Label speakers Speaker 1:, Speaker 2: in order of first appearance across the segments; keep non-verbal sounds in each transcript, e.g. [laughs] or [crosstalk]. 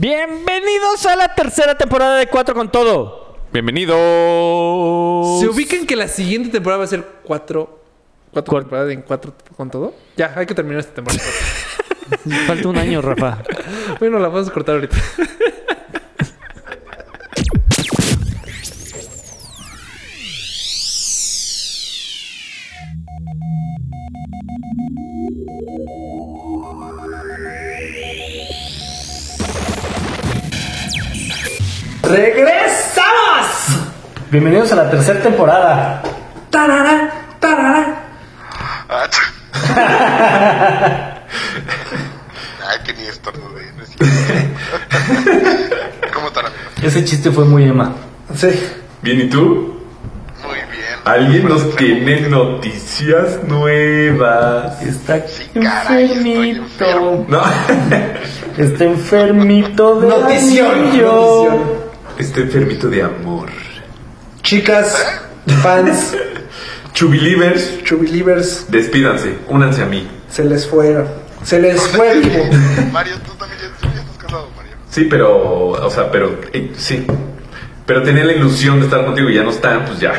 Speaker 1: Bienvenidos a la tercera temporada de Cuatro con Todo.
Speaker 2: Bienvenidos.
Speaker 3: ¿Se ubican que la siguiente temporada va a ser cuatro? ¿Cuatro
Speaker 1: Cuatro.
Speaker 3: temporadas en cuatro con todo? Ya, hay que terminar esta
Speaker 4: [laughs]
Speaker 3: temporada.
Speaker 1: Falta un año, Rafa.
Speaker 3: bueno, la vamos a cortar ahorita.
Speaker 5: ¡Regresamos! Bienvenidos a la tercera temporada. Tarara, tarara.
Speaker 6: Ach. Ay, que ni estornudé. Ah, no es cierto. ¿Cómo están, amigos?
Speaker 5: Ese chiste fue muy Emma. Sí.
Speaker 7: Bien, ¿y tú?
Speaker 6: Muy bien.
Speaker 7: Alguien
Speaker 6: Bueno,
Speaker 7: nos tiene noticias nuevas.
Speaker 5: Está
Speaker 6: Sí, caray, estoy enfermo.
Speaker 7: No, [laughs]
Speaker 5: Está enfermito de
Speaker 4: Notición,
Speaker 5: anillo.
Speaker 4: notición.
Speaker 7: este enfermito de amor.
Speaker 4: Chicas, fans,
Speaker 7: [laughs] Chubilivers,
Speaker 4: true believers,
Speaker 7: despídanse, únanse a mí.
Speaker 4: se les fueron. Se les fue el tiempo.
Speaker 6: [laughs] Mario, tú también ya, tú ya estás casado, Mario.
Speaker 7: Sí, pero, o sea, pero, eh, sí. Pero tenía la ilusión de estar contigo y ya no están, pues ya,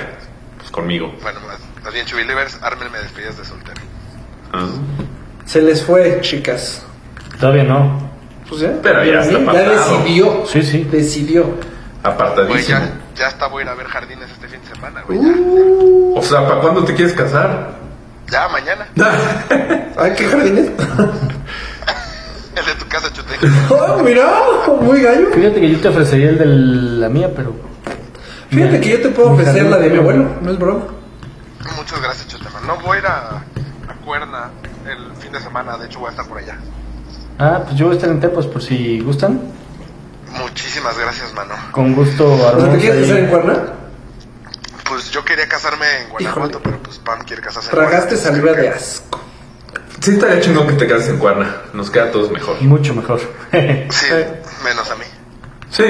Speaker 7: pues conmigo.
Speaker 6: Bueno, más, más bien, Chubilivers, ármenme despedidas de soltero.
Speaker 7: Ah,
Speaker 4: Se les fue, chicas.
Speaker 5: Todavía no.
Speaker 4: Pues ya.
Speaker 7: Pero ya está
Speaker 4: Ya
Speaker 7: pasado.
Speaker 4: decidió.
Speaker 5: Sí, sí.
Speaker 4: Decidió.
Speaker 6: Güey,
Speaker 7: Apartadísimo.
Speaker 6: ya, ya hasta voy a ir a ver jardines este fin de semana, güey.
Speaker 7: O sea, ¿para cuándo te quieres casar? [laughs]
Speaker 6: Ya, ya mañana.
Speaker 4: Ay, qué jardines.
Speaker 6: El de tu casa, chute.
Speaker 4: [laughs] Oh, mira, muy gallo.
Speaker 5: Fíjate que yo te ofrecería el de la mía, pero.
Speaker 4: Fíjate
Speaker 5: Mira,
Speaker 4: que yo te puedo
Speaker 5: mi
Speaker 4: ofrecer
Speaker 5: jardín.
Speaker 4: la de mi abuelo, no es broma.
Speaker 6: Muchas gracias, Chutema. No voy a ir a, a Cuerna el fin de semana. De hecho, voy a estar por allá.
Speaker 5: Ah, pues yo voy a estar en Tepos por si gustan.
Speaker 6: Muchísimas gracias, mano.
Speaker 5: Con gusto
Speaker 4: O sea, ¿te
Speaker 5: armamos
Speaker 4: quieres
Speaker 5: ahí.
Speaker 4: hacer en cuerna?
Speaker 6: Pues yo quería casarme en Guanajuato,
Speaker 4: Híjole.
Speaker 6: pero pues Pam quiere casarse en
Speaker 4: Tragaste
Speaker 6: Guanajuato.
Speaker 4: saliva de asco.
Speaker 7: Sí, estaría chingón que te cases en Cuerna. Nos queda a todos mejor.
Speaker 5: Mucho mejor. [laughs]
Speaker 6: Sí, menos a mí.
Speaker 7: Sí,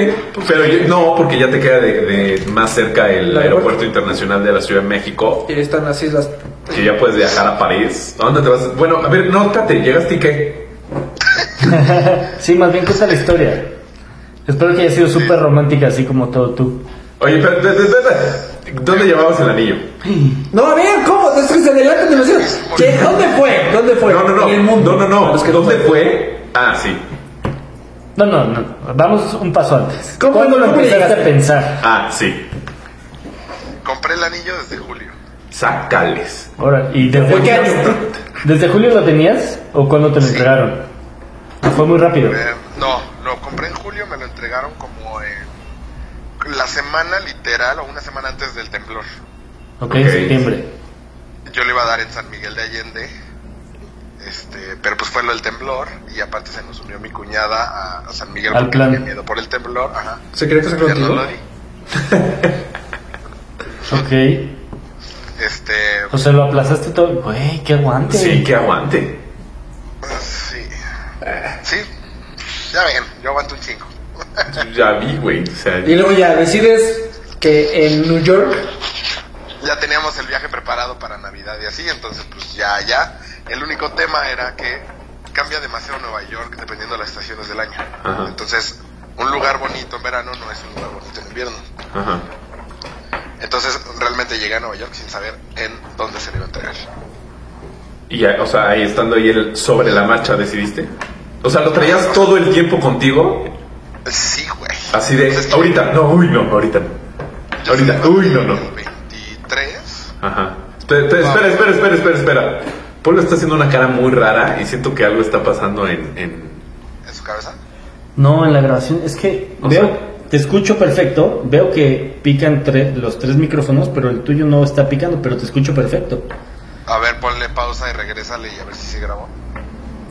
Speaker 7: pero yo- no, porque ya te queda de, de más cerca el
Speaker 4: ¿El aeropuerto?
Speaker 7: aeropuerto internacional de la Ciudad de México,
Speaker 4: Y ahí están las islas.
Speaker 7: que ya puedes viajar a París. ¿A dónde te vas? Bueno, a ver, no, espérate, llegaste y qué.
Speaker 5: sí, más bien cuenta la historia. Espero que haya sido súper romántica, así como todo tú.
Speaker 7: Oye, pero, de- de- de- de- ¿dónde llevabas el anillo?
Speaker 4: No, a ver, ¿cómo? Es que se adelantan demasiado. Che, ¿dónde fue? ¿Dónde fue?
Speaker 7: No, no, no,
Speaker 4: En el mundo.
Speaker 7: no, no,
Speaker 4: A
Speaker 7: no,
Speaker 4: los que
Speaker 7: ¿dónde
Speaker 4: no-
Speaker 7: fue? Ah, sí.
Speaker 5: No, no, no. Vamos un paso antes.
Speaker 4: ¿Cómo-
Speaker 5: ¿Cuándo lo
Speaker 4: cómo
Speaker 5: empezaste a
Speaker 4: llegaste?
Speaker 5: pensar?
Speaker 7: Ah, sí.
Speaker 6: Compré el anillo desde julio.
Speaker 7: Sacales.
Speaker 5: Ahora, ¿y desde
Speaker 4: ¿Fue qué
Speaker 5: julio,
Speaker 4: año?
Speaker 5: desde julio lo tenías o cuándo te lo entregaron? Fue muy rápido.
Speaker 6: Eh, no, lo compré en julio, me lo entregaron como en la semana literal o una semana antes del temblor.
Speaker 5: Ok, en
Speaker 7: ok.
Speaker 5: septiembre.
Speaker 6: Yo le iba a dar en San Miguel de Allende, este, pero pues fue lo del temblor y aparte se nos unió mi cuñada a, a San Miguel
Speaker 5: Al
Speaker 6: porque
Speaker 5: plan.
Speaker 6: tenía miedo por el temblor. Ajá.
Speaker 4: ¿Se quería casar
Speaker 6: Ya no
Speaker 4: contigo?
Speaker 6: lo di.
Speaker 5: Ok.
Speaker 6: Este,
Speaker 5: O sea, lo aplazaste todo. Güey, qué aguante.
Speaker 7: Sí, que aguante.
Speaker 6: pues, sí.
Speaker 4: Ah.
Speaker 6: Sí, ya ven, yo aguanto un chingo.
Speaker 7: Ya vi, güey. O sea,
Speaker 4: Y luego ya decides que en New York
Speaker 6: ya teníamos el viaje preparado para Navidad y así, entonces pues ya, ya. El único tema era que cambia demasiado Nueva York dependiendo de las estaciones del año.
Speaker 7: Ajá.
Speaker 6: Entonces, un lugar bonito en verano no es un lugar bonito en invierno.
Speaker 7: ajá.
Speaker 6: Entonces, realmente llegué a Nueva York sin saber en dónde se le iba a entregar.
Speaker 7: Y ya, o sea, ahí estando ahí el- sobre la marcha, ¿decidiste? O sea, ¿lo traías todo el tiempo contigo?
Speaker 6: Sí, güey.
Speaker 7: Así de,
Speaker 6: Entonces,
Speaker 7: ahorita, no, uy, no, ahorita no.
Speaker 6: yo
Speaker 7: Ahorita,
Speaker 6: salí
Speaker 7: uy, no, no.
Speaker 6: el 23.
Speaker 7: Ajá. Espera, espera, espera, espera, espera, espera, espera. Polo está haciendo una cara muy rara y siento que algo está pasando en... en...
Speaker 6: ¿En su cabeza?
Speaker 5: No, en la grabación. Es que
Speaker 7: O
Speaker 5: veo,
Speaker 7: sea-
Speaker 5: te escucho perfecto. Veo que pican tre- los tres micrófonos, pero el tuyo no está picando, pero te escucho perfecto.
Speaker 6: A ver, ponle pausa y regrésale y a ver si se grabó.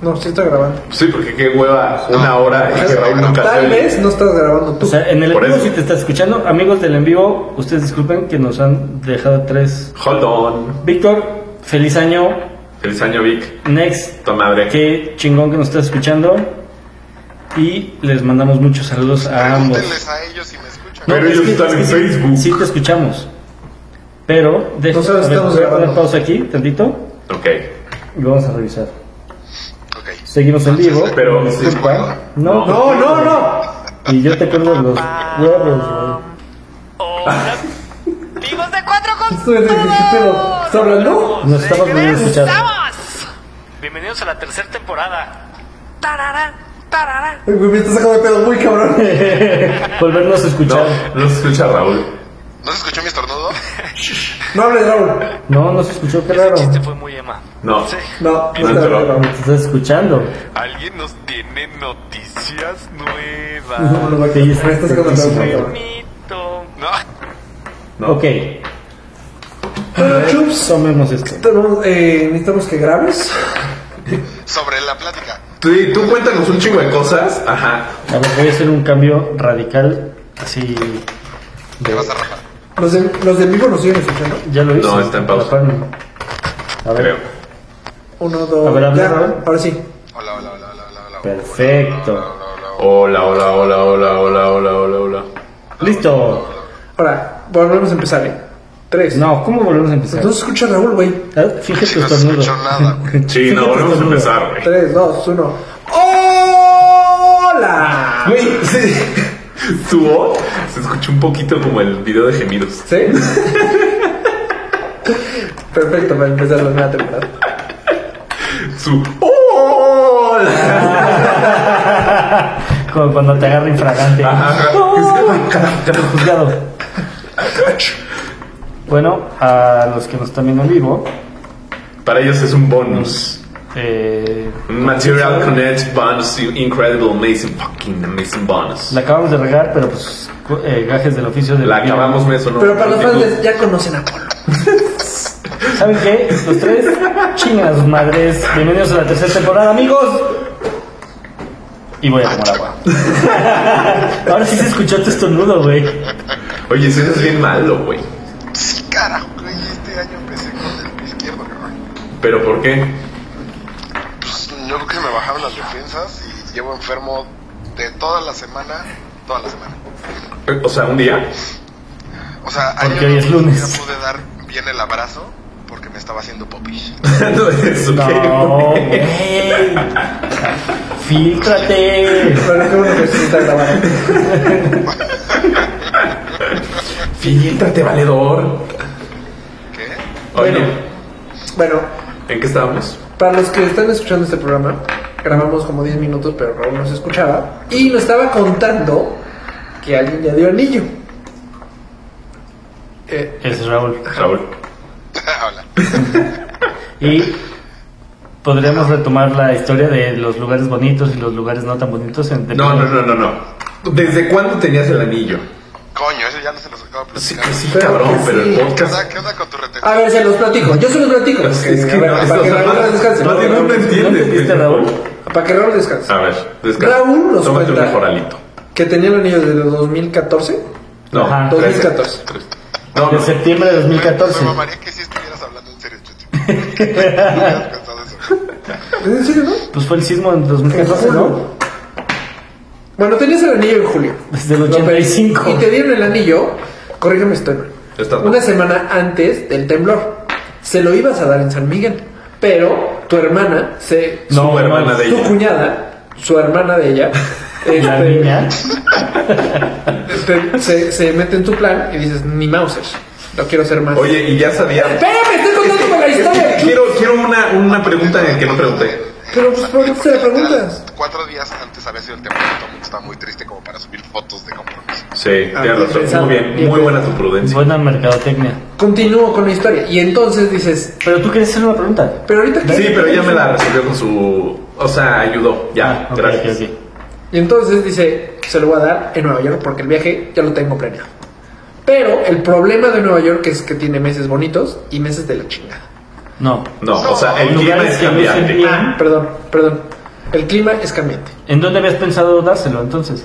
Speaker 4: No, sí está grabando.
Speaker 7: Sí, porque qué hueva una hora y que
Speaker 6: Tal
Speaker 7: Raúl nunca
Speaker 4: Tal
Speaker 7: suele.
Speaker 4: vez no estás grabando tú.
Speaker 5: O sea, en el
Speaker 7: Por
Speaker 5: en vivo
Speaker 7: eso.
Speaker 5: sí te estás escuchando. Amigos del en vivo, ustedes disculpen que nos han dejado tres.
Speaker 7: Hold on.
Speaker 5: Víctor, feliz año.
Speaker 7: Feliz año, Vic.
Speaker 5: Next,
Speaker 7: Tu madre.
Speaker 5: qué chingón que nos estás escuchando. Y les mandamos muchos saludos a ambos.
Speaker 6: Pregúntenles a ellos si me escuchan.
Speaker 7: Pero ellos están en
Speaker 5: sí-
Speaker 7: Facebook.
Speaker 5: Sí, te escuchamos. Pero, deja-
Speaker 4: No sabes,
Speaker 5: a ver,
Speaker 4: estamos
Speaker 5: voy a poner
Speaker 4: grabando.
Speaker 5: pausa aquí, tantito.
Speaker 7: Ok.
Speaker 5: Y vamos a revisar.
Speaker 6: Ok.
Speaker 5: Seguimos en vivo.
Speaker 7: Pero-
Speaker 5: Disculpa.
Speaker 7: No.
Speaker 5: No,
Speaker 4: No, no, no.
Speaker 5: Y yo te cuelgo los huevos, güey.
Speaker 2: Hola, amigos de Cuatro con
Speaker 4: Esto es de- ¿qué pedo? ¿Está hablando?
Speaker 5: Nos estabas volviendo a escuchar.
Speaker 2: ¡Estamos! Bienvenidos a la tercera temporada. Tarara, tarara.
Speaker 4: Ay, güey, me está sacando de pedo muy cabrón.
Speaker 5: Volvernos a escuchar.
Speaker 7: No, no se escucha Raúl.
Speaker 6: ¿No se escuchó
Speaker 7: [laughs]
Speaker 6: mi estornudo?
Speaker 4: No hables, Raúl.
Speaker 5: No, no, se escuchó, qué raro.
Speaker 2: Este fue muy Emma.
Speaker 7: No.
Speaker 2: Sí.
Speaker 4: No, no
Speaker 7: Y no
Speaker 4: está
Speaker 7: te lo-
Speaker 4: hablando, Raúl.
Speaker 5: Te estás escuchando.
Speaker 6: Alguien nos tiene noticias
Speaker 4: No,
Speaker 6: nuevas.
Speaker 4: no, no,
Speaker 5: Sí,
Speaker 4: me
Speaker 5: es-
Speaker 4: está sacando de pedo muy cabrón.
Speaker 2: Mito.
Speaker 7: No.
Speaker 5: Ok.
Speaker 4: Bueno, Chups,
Speaker 5: Tomemos esto.
Speaker 4: tenemos, eh, necesitamos que grabes.
Speaker 6: Sobre la plática.
Speaker 7: Tú, tú cuéntanos un chingo de cosas. Ajá.
Speaker 5: A ver, voy a hacer un cambio radical. Así.
Speaker 6: ¿Qué vas a rapar?
Speaker 4: Los de, los de vivo nos siguen escuchando.
Speaker 5: Ya lo hice.
Speaker 7: No, está en pausa.
Speaker 5: Taparme. A ver.
Speaker 7: Creo.
Speaker 4: Uno, dos.
Speaker 5: A ver, habla,
Speaker 4: ya,
Speaker 5: Raúl.
Speaker 4: ahora sí.
Speaker 6: Hola, hola, hola, hola, hola, hola.
Speaker 5: Perfecto.
Speaker 7: Hola, hola, hola, hola, hola, hola, hola, hola.
Speaker 5: Listo.
Speaker 4: Ahora, volvemos a empezar, ¿eh? Tres.
Speaker 5: No, ¿cómo volvemos a empezar?
Speaker 4: Entonces escucha a Raúl, güey.
Speaker 5: Ah, Fíjate
Speaker 6: Si no se
Speaker 5: estornudo.
Speaker 6: escuchó nada,
Speaker 5: [laughs]
Speaker 6: güey.
Speaker 7: Sí, no,
Speaker 5: Fíjate,
Speaker 7: volvemos a
Speaker 5: estornudo.
Speaker 7: empezar, güey.
Speaker 4: Tres, dos, uno. ¡Hola!
Speaker 7: Güey, sí. [laughs] Tu voz se escuchó un poquito como el video de gemidos.
Speaker 4: ¿Sí? Perfecto para empezar la nueva temporada.
Speaker 7: Su. ¡Hola!
Speaker 5: Como cuando te agarra infragante.
Speaker 7: Ajá.
Speaker 5: Juzgado. Bueno, a los que nos están viendo en vivo,
Speaker 7: [laughs] Para ellos es un bonus.
Speaker 5: eh,
Speaker 7: Un Material Connect bonus, you incredible, amazing, fucking amazing bonus.
Speaker 5: la acabamos de regar, pero pues cu- eh, gajes del oficio de
Speaker 7: La acabamos, me sonó.
Speaker 4: Pero para los fans ya conocen a Polo.
Speaker 5: ¿Saben qué? Los tres chingan a sus madres. Bienvenidos a la tercera temporada, amigos. Y voy a tomar
Speaker 7: [laughs]
Speaker 5: agua. Ahora sí se escuchó tu estornudo, güey.
Speaker 7: Oye, si eres bien malo, güey.
Speaker 6: Sí, carajo, güey. Este año empecé con el pie izquierdo, cabrón.
Speaker 7: ¿Pero por qué?
Speaker 6: Pues yo creo que me bajaron las defensas y llevo enfermo de toda la semana. Toda la semana.
Speaker 7: O sea, un día. [laughs]
Speaker 6: O sea,
Speaker 5: Porque
Speaker 6: ayer
Speaker 5: hoy es lunes.
Speaker 6: no pude dar bien el abrazo porque me estaba haciendo popis. [laughs]
Speaker 7: no es ok,
Speaker 5: No,
Speaker 7: güey.
Speaker 5: güey. Fíltrate.
Speaker 4: Pero qué bueno que sí está grabando.
Speaker 7: Fíjate, valedor.
Speaker 6: ¿Qué? [laughs]
Speaker 7: Oye,
Speaker 4: Bueno. Bueno,
Speaker 7: ¿en qué estábamos?
Speaker 4: para los que están escuchando este programa, grabamos como 10 minutos, pero Raúl no se escuchaba. Y nos estaba contando que alguien ya dio anillo. Eh,
Speaker 5: Es Raúl.
Speaker 7: Raúl.
Speaker 6: Hola.
Speaker 5: Y podríamos retomar la historia de los lugares bonitos y los lugares no tan bonitos. En,
Speaker 7: No, no, no, no, no. ¿Desde cuándo tenías el anillo?
Speaker 6: Coño, eso ya no se los acabo de
Speaker 7: Sí,
Speaker 6: platicar.
Speaker 7: que sí,
Speaker 4: Pero
Speaker 7: cabrón,
Speaker 4: que
Speaker 7: pero el
Speaker 4: sí.
Speaker 6: ¿Qué
Speaker 7: podcast.
Speaker 6: onda, qué onda con tu retención?
Speaker 4: a
Speaker 5: Ah,
Speaker 4: ver, se los platico. Yo se los platico.
Speaker 7: Es que, es que
Speaker 4: a ver,
Speaker 7: no,
Speaker 4: para
Speaker 7: esto,
Speaker 4: que
Speaker 7: o sea,
Speaker 4: Raúl
Speaker 7: más-
Speaker 4: descanse.
Speaker 7: más bien no lo entiendes.
Speaker 5: entendiste,
Speaker 7: güey.
Speaker 5: Raúl?
Speaker 4: Para que Raúl descanse.
Speaker 7: A ver, descansa.
Speaker 4: Raúl nos
Speaker 7: Tómate
Speaker 4: cuenta.
Speaker 7: un mejor alito.
Speaker 4: Que tenía el anillo desde el 2014.
Speaker 7: No,
Speaker 5: Ajá.
Speaker 4: 2014.
Speaker 7: trece. No,
Speaker 5: De
Speaker 7: no.
Speaker 5: septiembre de 2014.
Speaker 6: pues, Me mamaría que si estuvieras hablando en serio,
Speaker 5: [laughs]
Speaker 6: Chucho. [laughs] No hubieras pensado eso.
Speaker 4: ¿En serio, no?
Speaker 5: Pues fue el sismo en
Speaker 4: En
Speaker 5: 2014,
Speaker 4: julio.
Speaker 5: ¿no?
Speaker 4: Bueno, tenías el anillo en julio.
Speaker 5: Desde el
Speaker 4: Lo pedí.
Speaker 5: 85.
Speaker 4: Y te dieron el anillo, corrígeme estoy mal,
Speaker 7: Estás mal.
Speaker 4: Una semana antes del temblor. Se lo ibas a dar en San Miguel, pero tu hermana se
Speaker 7: Su
Speaker 5: No,
Speaker 7: hermana de
Speaker 4: su
Speaker 7: ella.
Speaker 4: cuñada, su hermana de ella, [laughs]
Speaker 5: La
Speaker 4: este,
Speaker 5: niña.
Speaker 4: este, se, se mete en tu plan y dices, ni Mauser, no quiero ser más.
Speaker 7: Oye, y ya sabía.
Speaker 4: Espérame, estoy contando con la
Speaker 7: Es que
Speaker 4: historia.
Speaker 7: quiero quiero una, una pregunta que no pregunté.
Speaker 4: Pero pues, ¿por qué te la preguntas?
Speaker 6: Literal, Cuatro días antes había sido el tiempo todo el mundo estaba muy triste como para subir fotos de compromiso.
Speaker 7: Sí, tienes
Speaker 4: Ah, bien
Speaker 7: razón.
Speaker 4: pensado,
Speaker 7: Muy bien,
Speaker 4: bien
Speaker 7: muy buena tu prudencia.
Speaker 5: Buena mercadotecnia.
Speaker 4: Continúo con la historia. Y entonces dices,
Speaker 5: Pero tú querías hacer una pregunta.
Speaker 4: pero ahorita qué?
Speaker 7: Sí, pero ella me la resolvió con su. O sea, ayudó. Ya,
Speaker 5: Ah, ok,
Speaker 7: gracias.
Speaker 5: ok, ok.
Speaker 4: Y entonces dice, se lo voy a dar en Nueva York porque el viaje ya lo tengo planeado. Pero el problema de Nueva York es que tiene meses bonitos y meses de la chingada.
Speaker 5: No.
Speaker 7: No, o sea, el clima
Speaker 5: Lugares
Speaker 7: es
Speaker 5: que no se
Speaker 7: cambiante.
Speaker 5: bien.
Speaker 4: Ah, perdón, perdón. El clima es cambiante.
Speaker 5: ¿En dónde habías pensado dárselo entonces?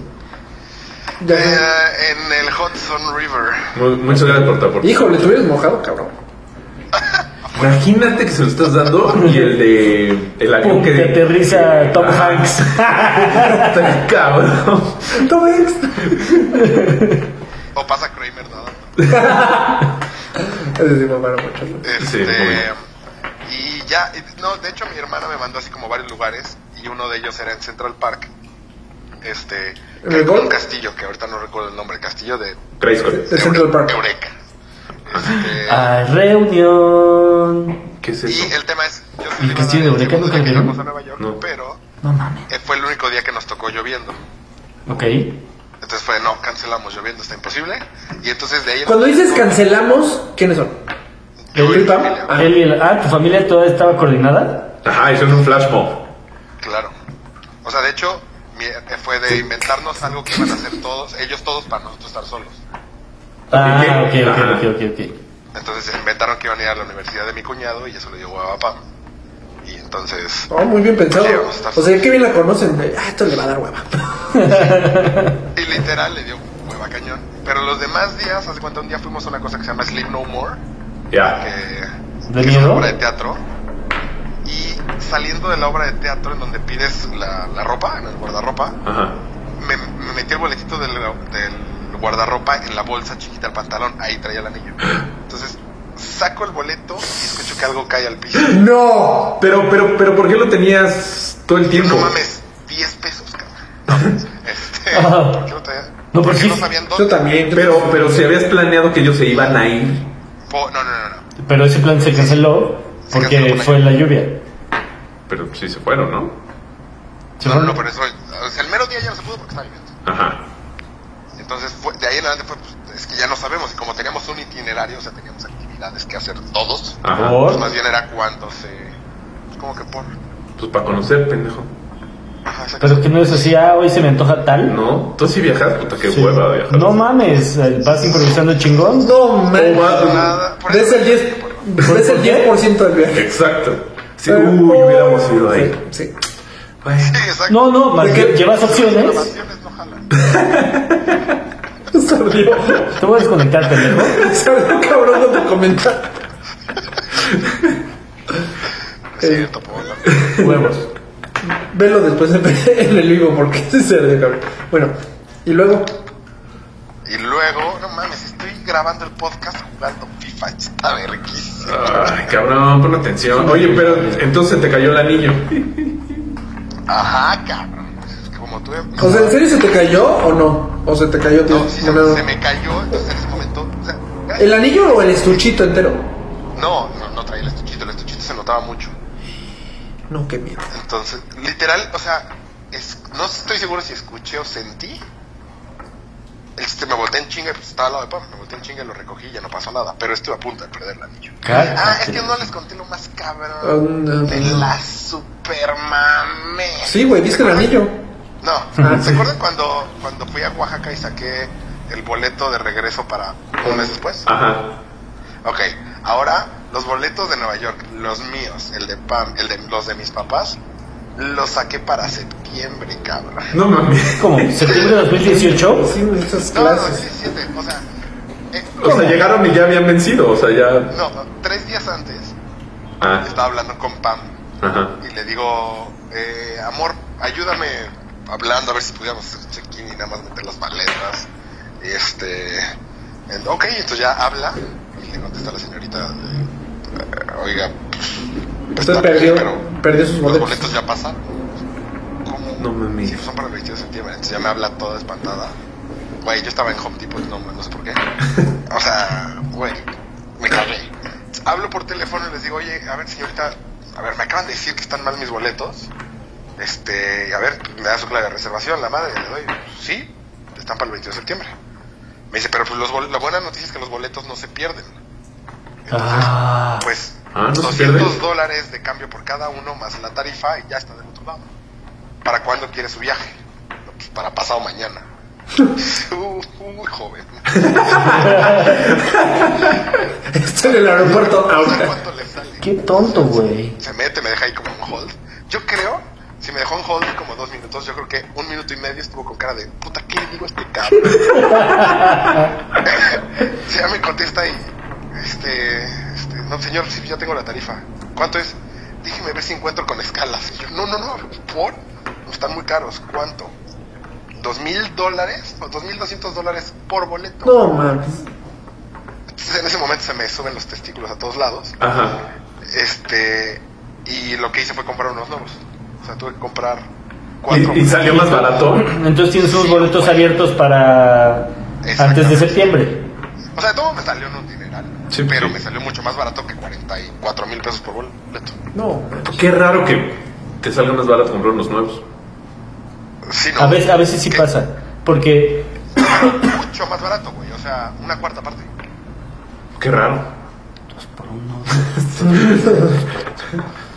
Speaker 4: Ya-
Speaker 6: Eh, en el Hudson River.
Speaker 7: Mu- Muchas gracias por tu aporte.
Speaker 4: Híjole, te hubieras mojado, cabrón.
Speaker 7: Imagínate que se lo estás dando y el de. El avión
Speaker 5: Pum,
Speaker 7: que.
Speaker 5: que aterriza Tom
Speaker 7: Ajá. [laughs]
Speaker 5: Hanks. [laughs]
Speaker 7: Está cabrón.
Speaker 4: No ves.
Speaker 6: O pasa Kramer nada.
Speaker 4: Es decir, me paro mucho, ¿no?
Speaker 7: Sí,
Speaker 6: Este,
Speaker 7: obvio.
Speaker 6: y ya, y- no, de hecho mi hermana me mandó así como varios lugares y uno de ellos era en Central Park. este
Speaker 4: ¿En el gol?
Speaker 6: un castillo que ahorita no recuerdo el nombre, el castillo de
Speaker 7: Grayskull.
Speaker 4: De Central Park.
Speaker 6: Eureka. Este,
Speaker 5: A reunión.
Speaker 7: ¿Qué es
Speaker 6: y
Speaker 7: eso?
Speaker 6: el tema es, yo sí
Speaker 5: ¿El
Speaker 6: le iba a
Speaker 5: castillo de
Speaker 6: dar el
Speaker 5: Eureka
Speaker 6: segundo
Speaker 5: nunca
Speaker 6: día
Speaker 5: lo
Speaker 6: que
Speaker 5: vieron?
Speaker 6: íbamos a Nueva York,
Speaker 7: No.
Speaker 6: pero
Speaker 5: No mames.
Speaker 6: eh, fue el único día que nos tocó lloviendo.
Speaker 5: Ok.
Speaker 6: Entonces fue, no, cancelamos lloviendo, está imposible. Y entonces de ahí...
Speaker 4: Cuando dices cancelamos, ¿quiénes son?
Speaker 6: Yo y mi
Speaker 4: Pipa.
Speaker 6: familia,
Speaker 4: Ah,
Speaker 5: Él y el- ah, ¿tu familia toda estaba coordinada?
Speaker 7: Ajá, hicieron un flash mob.
Speaker 6: Claro. O sea, de hecho, mi- eh, fue de inventarnos algo que iban a hacer todos, ellos todos para nosotros estar solos.
Speaker 5: Ah, ok, ok,
Speaker 7: Ajá.
Speaker 5: ok, ok, ok.
Speaker 6: Entonces se inventaron que iban a ir a la universidad de mi cuñado y eso le dio hueva a Pam. Y entonces...
Speaker 4: oh, muy bien pensado.
Speaker 6: Sí, vamos a estar-
Speaker 4: O sea, qué bien la conocen. de, Ah, esto le va a dar hueva. [laughs]
Speaker 6: Y literal le dio hueva cañón. Pero los demás días, hace cuenta, un día fuimos a una cosa que se llama Sleep No More, que,
Speaker 7: Ya.
Speaker 5: ¿De
Speaker 6: que es
Speaker 5: miedo?
Speaker 6: una obra de teatro. Y saliendo de la obra de teatro en donde pides la, la ropa, en el guardarropa,
Speaker 7: Ajá.
Speaker 6: me, me metí el boletito del, del guardarropa en la bolsa chiquita del pantalón, ahí traía el anillo. Entonces saco el boleto y escucho que algo cae al piso.
Speaker 4: ¡No!
Speaker 7: Pero, pero, pero, ¿por qué lo tenías todo el tiempo?
Speaker 6: No mames, 10 pesos, cabrón. No, este, ¿por qué no traía?
Speaker 5: No,
Speaker 6: ¿Por
Speaker 5: pero
Speaker 6: qué
Speaker 5: sí-
Speaker 6: no sabían dónde?
Speaker 4: Yo también.
Speaker 7: Pero, pero si habías planeado que ellos se iban a ir.
Speaker 6: Po- no, no, no, no.
Speaker 5: Pero ese plan se canceló
Speaker 6: Se canceló
Speaker 5: porque
Speaker 6: por la
Speaker 5: fue la lluvia.
Speaker 7: Pero sí se fueron, ¿no?
Speaker 5: ¿Se
Speaker 6: No, no,
Speaker 5: fueron?
Speaker 6: no, pero eso, o sea, el mero día ya no se pudo porque estaba lloviendo.
Speaker 7: Ajá.
Speaker 6: Entonces, fue- de ahí en adelante fue, pues, es que ya no sabemos. Y como teníamos un itinerario, o sea, teníamos actividades que hacer todos,
Speaker 7: Ajá.
Speaker 5: Por-
Speaker 6: pues más bien era cuando se. Pues, como que por.
Speaker 7: Pues para conocer, pendejo.
Speaker 6: Ajá, exacto.
Speaker 5: Pero que no es así, ah, hoy se me antoja tal.
Speaker 7: No, tú sí viajas, puta, qué
Speaker 5: Sí.
Speaker 7: hueva viajar.
Speaker 5: No mames, vas improvisando chingón.
Speaker 4: No, man.
Speaker 6: nada. Por
Speaker 4: Ves
Speaker 6: eso-
Speaker 4: el 10%, ves el 10 del viaje.
Speaker 7: Exacto. Sí,
Speaker 4: Pero-
Speaker 7: uy, hubiéramos ido ahí.
Speaker 4: Sí, sí. [laughs]
Speaker 6: Sí, exacto.
Speaker 5: No, no, más
Speaker 4: ¿De
Speaker 5: que
Speaker 4: qué?
Speaker 5: llevas
Speaker 6: Las
Speaker 5: opciones.
Speaker 6: opciones no jalan.
Speaker 4: Se ardió.
Speaker 5: Te voy a desconectar, pendejo.
Speaker 4: Se ardió, cabrón, no te comentar.
Speaker 6: Sí, de topo, ¿no?
Speaker 5: Huevos.
Speaker 4: Velo después en en el vivo porque se ardió, cabrón. Bueno, y luego.
Speaker 6: Y luego, no mames, estoy grabando el podcast jugando FIFA. Está verguísima.
Speaker 7: Ay, cabrón, pon atención. Oye, pero entonces te cayó el anillo.
Speaker 6: Ajá, cabrón. Como tú. eh,
Speaker 4: O sea, ¿en serio se te cayó o no? ¿O se te cayó? tío?
Speaker 6: No, sí, se,
Speaker 4: No, no, no.
Speaker 6: se me cayó. Entonces en ese momento. o sea, eh,
Speaker 4: ¿El anillo o el estuchito entero?
Speaker 6: no, no, no traía el estuchito. El estuchito se notaba mucho.
Speaker 4: No, qué miedo.
Speaker 6: Entonces, literal, o sea, es- no estoy seguro si escuché o sentí. Este, me volteé en chinga, pues estaba al lado de Pam, me volteé en chinga, lo recogí y ya no pasó nada, pero estuve a punto de perder el anillo. Ah, es que no les conté lo más cabrón.
Speaker 4: Ah, no,
Speaker 6: de
Speaker 4: no.
Speaker 6: la supermame.
Speaker 4: Sí, güey, ¿viste el anillo?
Speaker 6: No, ¿se acuerdan cuando, cuando fui a Oaxaca y saqué el boleto de regreso para un mes después?
Speaker 7: Ajá.
Speaker 6: Ok, ahora los boletos de Nueva York, los míos, el de Pam, el de los de mis papás, los saqué para septiembre, cabrón.
Speaker 7: No mames.
Speaker 5: Como septiembre de 2018.
Speaker 4: Sí, güey, esas
Speaker 6: No, no,
Speaker 4: clases.
Speaker 6: 17, o sea, eh,
Speaker 7: O sea, llegaron y ya habían vencido. O sea, ya.
Speaker 6: no, tres días antes
Speaker 7: Ah,
Speaker 6: estaba hablando con Pam
Speaker 7: ajá.
Speaker 6: y le digo, eh, amor, ayúdame hablando a ver si pudiéramos hacer check-in y nada más meter las maletas. Y este, en- ok, entonces ya habla y le contesta a la señorita, eh, oiga, pues,
Speaker 4: Usted
Speaker 6: está bien,
Speaker 4: perdió,
Speaker 6: pero-
Speaker 4: perdió sus
Speaker 6: Los
Speaker 4: boletos.
Speaker 6: boletos ya pasaron. ¿Cómo?
Speaker 7: No mames.
Speaker 6: Sí, pues son para el 22 de septiembre. Entonces ya me habla toda espantada. Güey, yo estaba en Home Depot, no, no sé
Speaker 7: [laughs]
Speaker 6: por qué. O sea, güey, me cagué. Hablo por teléfono y les digo, oye, a ver, señorita, a ver, me acaban de decir que están mal mis boletos. Este, a ver, me da su clave de reservación, la madre, le doy. Sí, están para el 22 de septiembre. Me dice, pero pues los bol- la buena noticia es que los boletos no se pierden. Entonces,
Speaker 5: Ah,
Speaker 6: pues
Speaker 7: Ah, ¿no se
Speaker 6: 200
Speaker 7: pierde?
Speaker 6: dólares de cambio por cada uno más la tarifa y ya está del otro lado. ¿Para cuándo quiere su viaje? No, pues, para pasado
Speaker 7: [laughs]
Speaker 6: mañana. Uh, Muy joven.
Speaker 4: Está en el aeropuerto
Speaker 6: No sé
Speaker 4: ahorita.
Speaker 6: cuánto le sale.
Speaker 5: qué tonto, güey.
Speaker 6: Se mete, me deja ahí como en hold. Yo creo, si me dejó en hold como dos minutos, yo creo que un minuto y medio estuvo con cara de puta, ¿qué le digo a este cabrón? [laughs] Se ya me contesta y, este, este, no señor, sí, ya tengo la tarifa. ¿Cuánto es? Déjeme ver si encuentro con escalas. Y yo, no, no, no, por, están muy caros. ¿Cuánto? ¿Dos mil dólares o dos mil doscientos dólares por boleto?
Speaker 4: No, mames.
Speaker 6: Entonces, en ese momento se me suben los testículos a todos lados.
Speaker 7: Ajá.
Speaker 6: Este, y lo que hice fue comprar unos nuevos. O sea, tuve que comprar Cuatro.
Speaker 7: ¿Y, y salió más barato.
Speaker 5: Entonces tienes unos boletos abiertos para antes de
Speaker 6: Exactamente.
Speaker 5: septiembre.
Speaker 6: O sea, todo me salió en un dineral.
Speaker 7: Sí, pues
Speaker 6: pero
Speaker 7: sí.
Speaker 6: me salió mucho más barato que 44 mil pesos por boleto.
Speaker 4: No,
Speaker 7: Qué raro que te salga más barato comprar unos nuevos.
Speaker 6: Sí, no.
Speaker 5: A veces, a veces sí
Speaker 6: Que-
Speaker 5: pasa. Porque
Speaker 6: Mucho más barato, güey. O sea, una cuarta parte.
Speaker 7: Qué raro.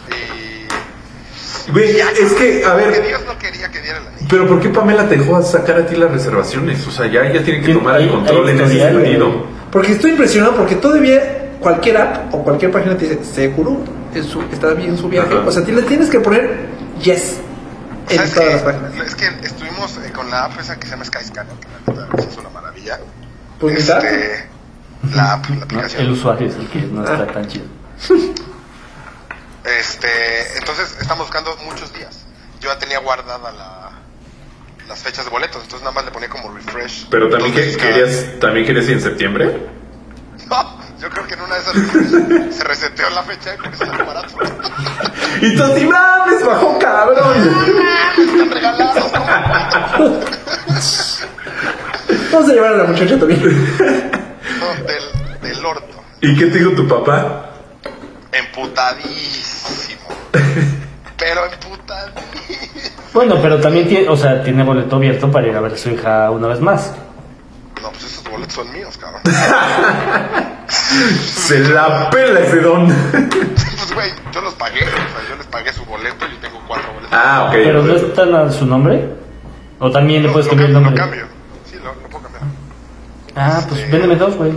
Speaker 6: Y.
Speaker 7: Güey, es que, a
Speaker 6: Porque
Speaker 7: ver,
Speaker 6: Dios no quería que diera el anillo.
Speaker 7: pero ¿por qué Pamela te dejó sacar a ti las reservaciones? O sea, ya, ya tienen que
Speaker 5: Sí,
Speaker 7: tomar el
Speaker 5: hay-
Speaker 7: control
Speaker 5: hay
Speaker 7: en ese
Speaker 5: historial, güey.
Speaker 7: sentido.
Speaker 4: Porque estoy impresionado porque todavía cualquier app o cualquier página te dice, seguro es su- está bien su viaje.
Speaker 7: Ajá.
Speaker 4: O sea, te le tienes que poner yes en
Speaker 6: ¿Sabes
Speaker 4: todas
Speaker 6: qué?
Speaker 4: las páginas.
Speaker 6: Es que estuvimos eh, con la app esa que se llama Skyscanner, que la neta es una maravilla.
Speaker 4: Pues mitad.
Speaker 6: Este, la app, la
Speaker 5: ¿no?
Speaker 6: aplicación.
Speaker 5: el usuario es el que no está tan chido.
Speaker 6: Este, entonces estamos buscando muchos días. Yo ya tenía guardada la, las fechas de boletos, entonces nada más le ponía como refresh.
Speaker 7: Pero también que,
Speaker 6: Entonces, cada-
Speaker 7: querías, también querías ir en septiembre.
Speaker 6: [laughs] No, yo creo que en una de esas refresh se reseteó la fecha y por eso salió barato. [laughs]
Speaker 7: Y tú así, mames, bajó cabrón.
Speaker 6: Están regalados. ¿no?
Speaker 4: Vamos a llevar a la muchacha también.
Speaker 6: No, del, del orto.
Speaker 7: ¿Y qué te dijo tu papá?
Speaker 6: Emputadísimo. Pero emputadísimo.
Speaker 5: Bueno, pero también tiene, o sea, tiene boleto abierto para ir a ver a su hija una vez más.
Speaker 6: No, pues esos boletos son míos, cabrón. [laughs]
Speaker 7: Se la pela ese don.
Speaker 6: Pues, güey, yo los pagué. O sea, yo les pagué su boleto y yo tengo cuatro boletos.
Speaker 7: Ah, pues ok.
Speaker 5: Pero no está a su nombre. O también le
Speaker 6: No,
Speaker 5: puedes
Speaker 6: lo,
Speaker 5: cambiar el
Speaker 6: pues. cambio, lo
Speaker 5: nombre.
Speaker 6: cambio. Sí, lo, lo puedo cambiar.
Speaker 5: Ah, pues véndeme dos, güey.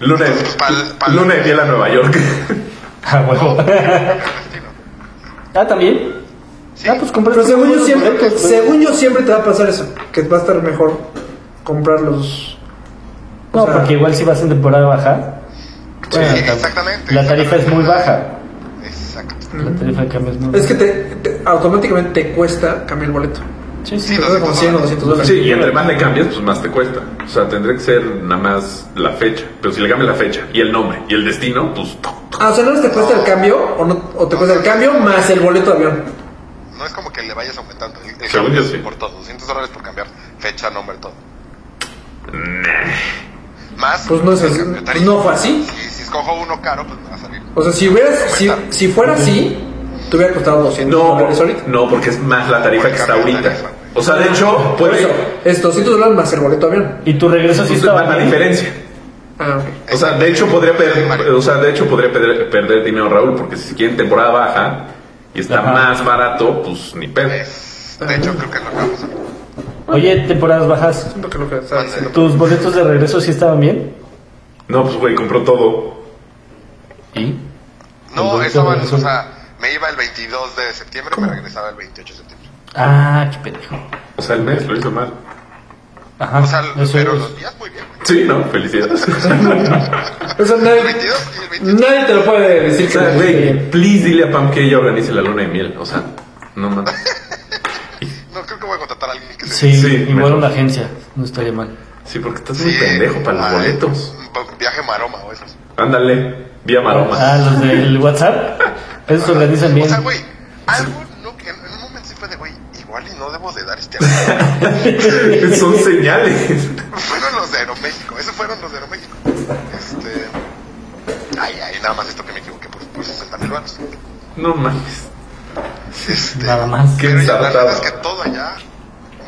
Speaker 7: Luna,
Speaker 6: Pues, pal- pal-
Speaker 7: Luna de miel a Nueva York.
Speaker 5: Ah, huevo.
Speaker 6: Argentino.
Speaker 5: [laughs] ah, también. Ah, pues compré
Speaker 4: Pero según yo
Speaker 5: los
Speaker 4: siempre,
Speaker 5: boletos, güey.
Speaker 4: según yo siempre te va a pasar eso, que va a estar mejor comprar los. o
Speaker 5: No,
Speaker 4: sea,
Speaker 5: porque igual si vas en temporada baja.
Speaker 6: Sí,
Speaker 5: bueno, tam-
Speaker 6: exactamente.
Speaker 5: La tarifa es muy baja.
Speaker 6: Exacto.
Speaker 5: La tarifa de cambio es muy baja.
Speaker 4: Es que te, te- automáticamente te cuesta cambiar el boleto.
Speaker 5: Sí,
Speaker 6: Sí,
Speaker 5: sí.
Speaker 4: Te cuesta como 100 o 200 dólares.
Speaker 7: Sí, y entre más le cambias, pues más te cuesta. O sea, tendría que ser nada más la fecha. Pero si le cambias la fecha y el nombre y el destino, pues. toc, toc.
Speaker 4: Ah, o sea, no te cuesta el cambio o, no, o te cuesta el cambio más el boleto de avión.
Speaker 6: No es como que le vayas aumentando el, el
Speaker 7: Según
Speaker 6: cambio
Speaker 7: yo, sí.
Speaker 6: por todo. 200 dólares por cambiar fecha, nombre, todo. Más.
Speaker 4: Pues no es
Speaker 6: el
Speaker 4: así,
Speaker 6: cambio de
Speaker 4: pues
Speaker 6: tarifa.
Speaker 4: no fue así.
Speaker 6: Si, si escojo uno caro, pues me va a salir.
Speaker 4: O sea, si hubieras, si, si fuera así, te hubiera costado 200
Speaker 7: No,
Speaker 4: dólares ahorita.
Speaker 7: no, porque es más la tarifa que está ahorita. O sea, de hecho,
Speaker 4: Por eso,
Speaker 7: puede.
Speaker 4: es 200 dólares más el boleto de avión.
Speaker 5: Y tu regreso sí
Speaker 7: Pues,
Speaker 5: estaba.
Speaker 7: va la diferencia.
Speaker 4: Ah, ok.
Speaker 7: O sea, de hecho podría
Speaker 6: Este,
Speaker 7: perder, o sea, de hecho podría perder, perder dinero Raúl, porque si quieren temporada baja y está
Speaker 5: Ajá.
Speaker 7: más barato, pues ni pedo.
Speaker 6: Es- de hecho, creo que lo acabamos de
Speaker 5: Oye, temporadas bajas.
Speaker 4: Siento que lo que estaba diciendo.
Speaker 5: ¿Tus boletos de regreso sí estaban bien?
Speaker 7: No, pues güey, compró todo. ¿Y?
Speaker 6: No,
Speaker 5: Entonces,
Speaker 6: estaban,
Speaker 5: eso-
Speaker 6: o sea, me iba el 22 de septiembre y me regresaba el 28 de septiembre.
Speaker 5: Ah, qué pendejo.
Speaker 7: O sea, el mes lo hizo mal.
Speaker 5: Ajá.
Speaker 6: O sea,
Speaker 5: Ah, eso
Speaker 6: pero
Speaker 5: es.
Speaker 6: los días muy bien. güey.
Speaker 7: [laughs] Sí, ¿no? Felicidades.
Speaker 4: O sea, nadie,
Speaker 6: El 22 y el 28.
Speaker 4: nadie te lo puede decir
Speaker 7: O
Speaker 4: que
Speaker 7: sea,
Speaker 4: no.
Speaker 7: güey, please dile a Pam que ella organice la luna de miel. O sea, no mames.
Speaker 6: No, creo que voy a contratar a alguien que se...
Speaker 5: Sí,
Speaker 7: Sí,
Speaker 5: igual
Speaker 7: mejor.
Speaker 5: una agencia. No estaría mal.
Speaker 7: Sí, porque estás
Speaker 6: Sí,
Speaker 7: muy pendejo para los
Speaker 6: ah,
Speaker 7: boletos.
Speaker 6: un Viaje maroma o esos.
Speaker 7: Ándale, vía maroma.
Speaker 5: Ah, los del WhatsApp. Esos se organizan bien.
Speaker 6: O sea, güey, algo no, que en en un momento sí fue de, güey, igual y no debo de dar este avión.
Speaker 7: Son señales.
Speaker 6: [laughs] fueron los de Aeroméxico, esos fueron los de Aeroméxico. Este... Ay, ay, nada más esto que me equivoqué por, por 60 mil baros.
Speaker 7: No mames.
Speaker 6: Este,
Speaker 5: Nada más.
Speaker 7: Qué
Speaker 6: Pero ya la
Speaker 7: ensartado.
Speaker 6: verdad es que todo allá,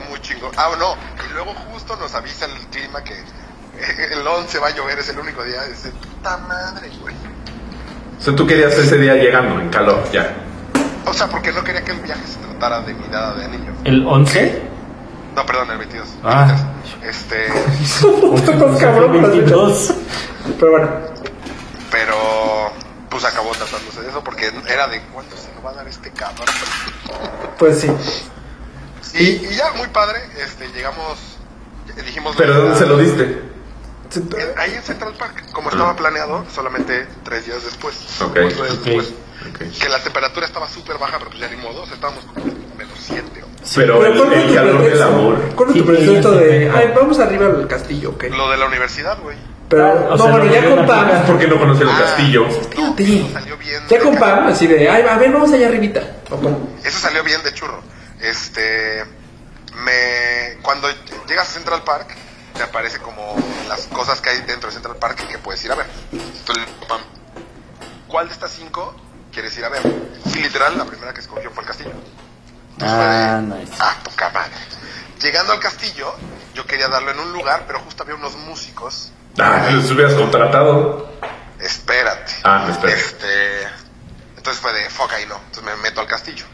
Speaker 6: muy chingón. Ah, no, y luego justo nos avisa el clima que [laughs] el 11 va a llover, es el único día. Dice, puta madre, güey.
Speaker 7: O sea, tú querías ese día llegando en calor, ya.
Speaker 6: O sea, porque no quería que el viaje se tratara de mi dada de anillo.
Speaker 5: ¿El 11?
Speaker 6: No, perdón, el 22.
Speaker 5: Ah.
Speaker 6: Este,
Speaker 4: Estás cabrón
Speaker 5: el
Speaker 4: con las fechas.
Speaker 5: 22.
Speaker 4: Pero bueno,
Speaker 6: pero pues acabó tratándose de eso porque era de cuánto se nos va a dar este cabrón.
Speaker 4: pues sí.
Speaker 6: Y, y ya, muy padre, este, llegamos, dijimos...
Speaker 7: Pero ¿dónde se lo diste?
Speaker 6: Eh, Ahí en Central Park, como estaba planeado, solamente tres días después.
Speaker 7: Ok.
Speaker 6: Cuatro días
Speaker 5: Ok.
Speaker 6: después.
Speaker 7: Ok.
Speaker 6: Que la temperatura estaba súper baja, pero pues ya ni modo, o sea, estábamos como menos 7.
Speaker 7: Pero,
Speaker 4: Pero
Speaker 7: el-
Speaker 4: ¿cuál fue
Speaker 7: el,
Speaker 4: tu
Speaker 7: calor del
Speaker 4: pretexto?
Speaker 7: amor.
Speaker 4: ¿Cuál fue
Speaker 5: Sí,
Speaker 4: tu pretexto
Speaker 5: sí,
Speaker 4: de,
Speaker 5: sí.
Speaker 4: ay, vamos arriba al castillo, ok?
Speaker 6: Lo de la universidad, güey.
Speaker 4: Pero,
Speaker 5: O
Speaker 4: no,
Speaker 5: sea,
Speaker 4: bueno, ya
Speaker 5: lo volvieron
Speaker 4: con
Speaker 5: a
Speaker 4: Pam,
Speaker 5: aplicar.
Speaker 7: Porque no conocen el castillo.
Speaker 6: No,
Speaker 4: Espérate.
Speaker 6: eso salió bien.
Speaker 4: ya
Speaker 6: de
Speaker 4: con
Speaker 6: ca-
Speaker 4: Pam, así de, ay, a ver, vamos allá arribita. ¿O cómo?
Speaker 6: Eso salió bien de churro. Este, me, cuando llegas a Central Park, te aparece como las cosas que hay dentro de Central Park que puedes ir a ver. Entonces, pam, ¿cuál de estas cinco quieres ir a ver? Y literal, la primera que escogió fue el castillo. Entonces
Speaker 5: Ah,
Speaker 6: fue de,
Speaker 5: nice.
Speaker 6: Ah, poca madre. Llegando al castillo, yo quería darlo en un lugar, pero justo había unos músicos
Speaker 7: Ah, los hubieras contratado.
Speaker 6: espérate.
Speaker 7: Ah, espérate.
Speaker 6: Este, entonces fue de, fuck, ahí no. Entonces me meto al castillo.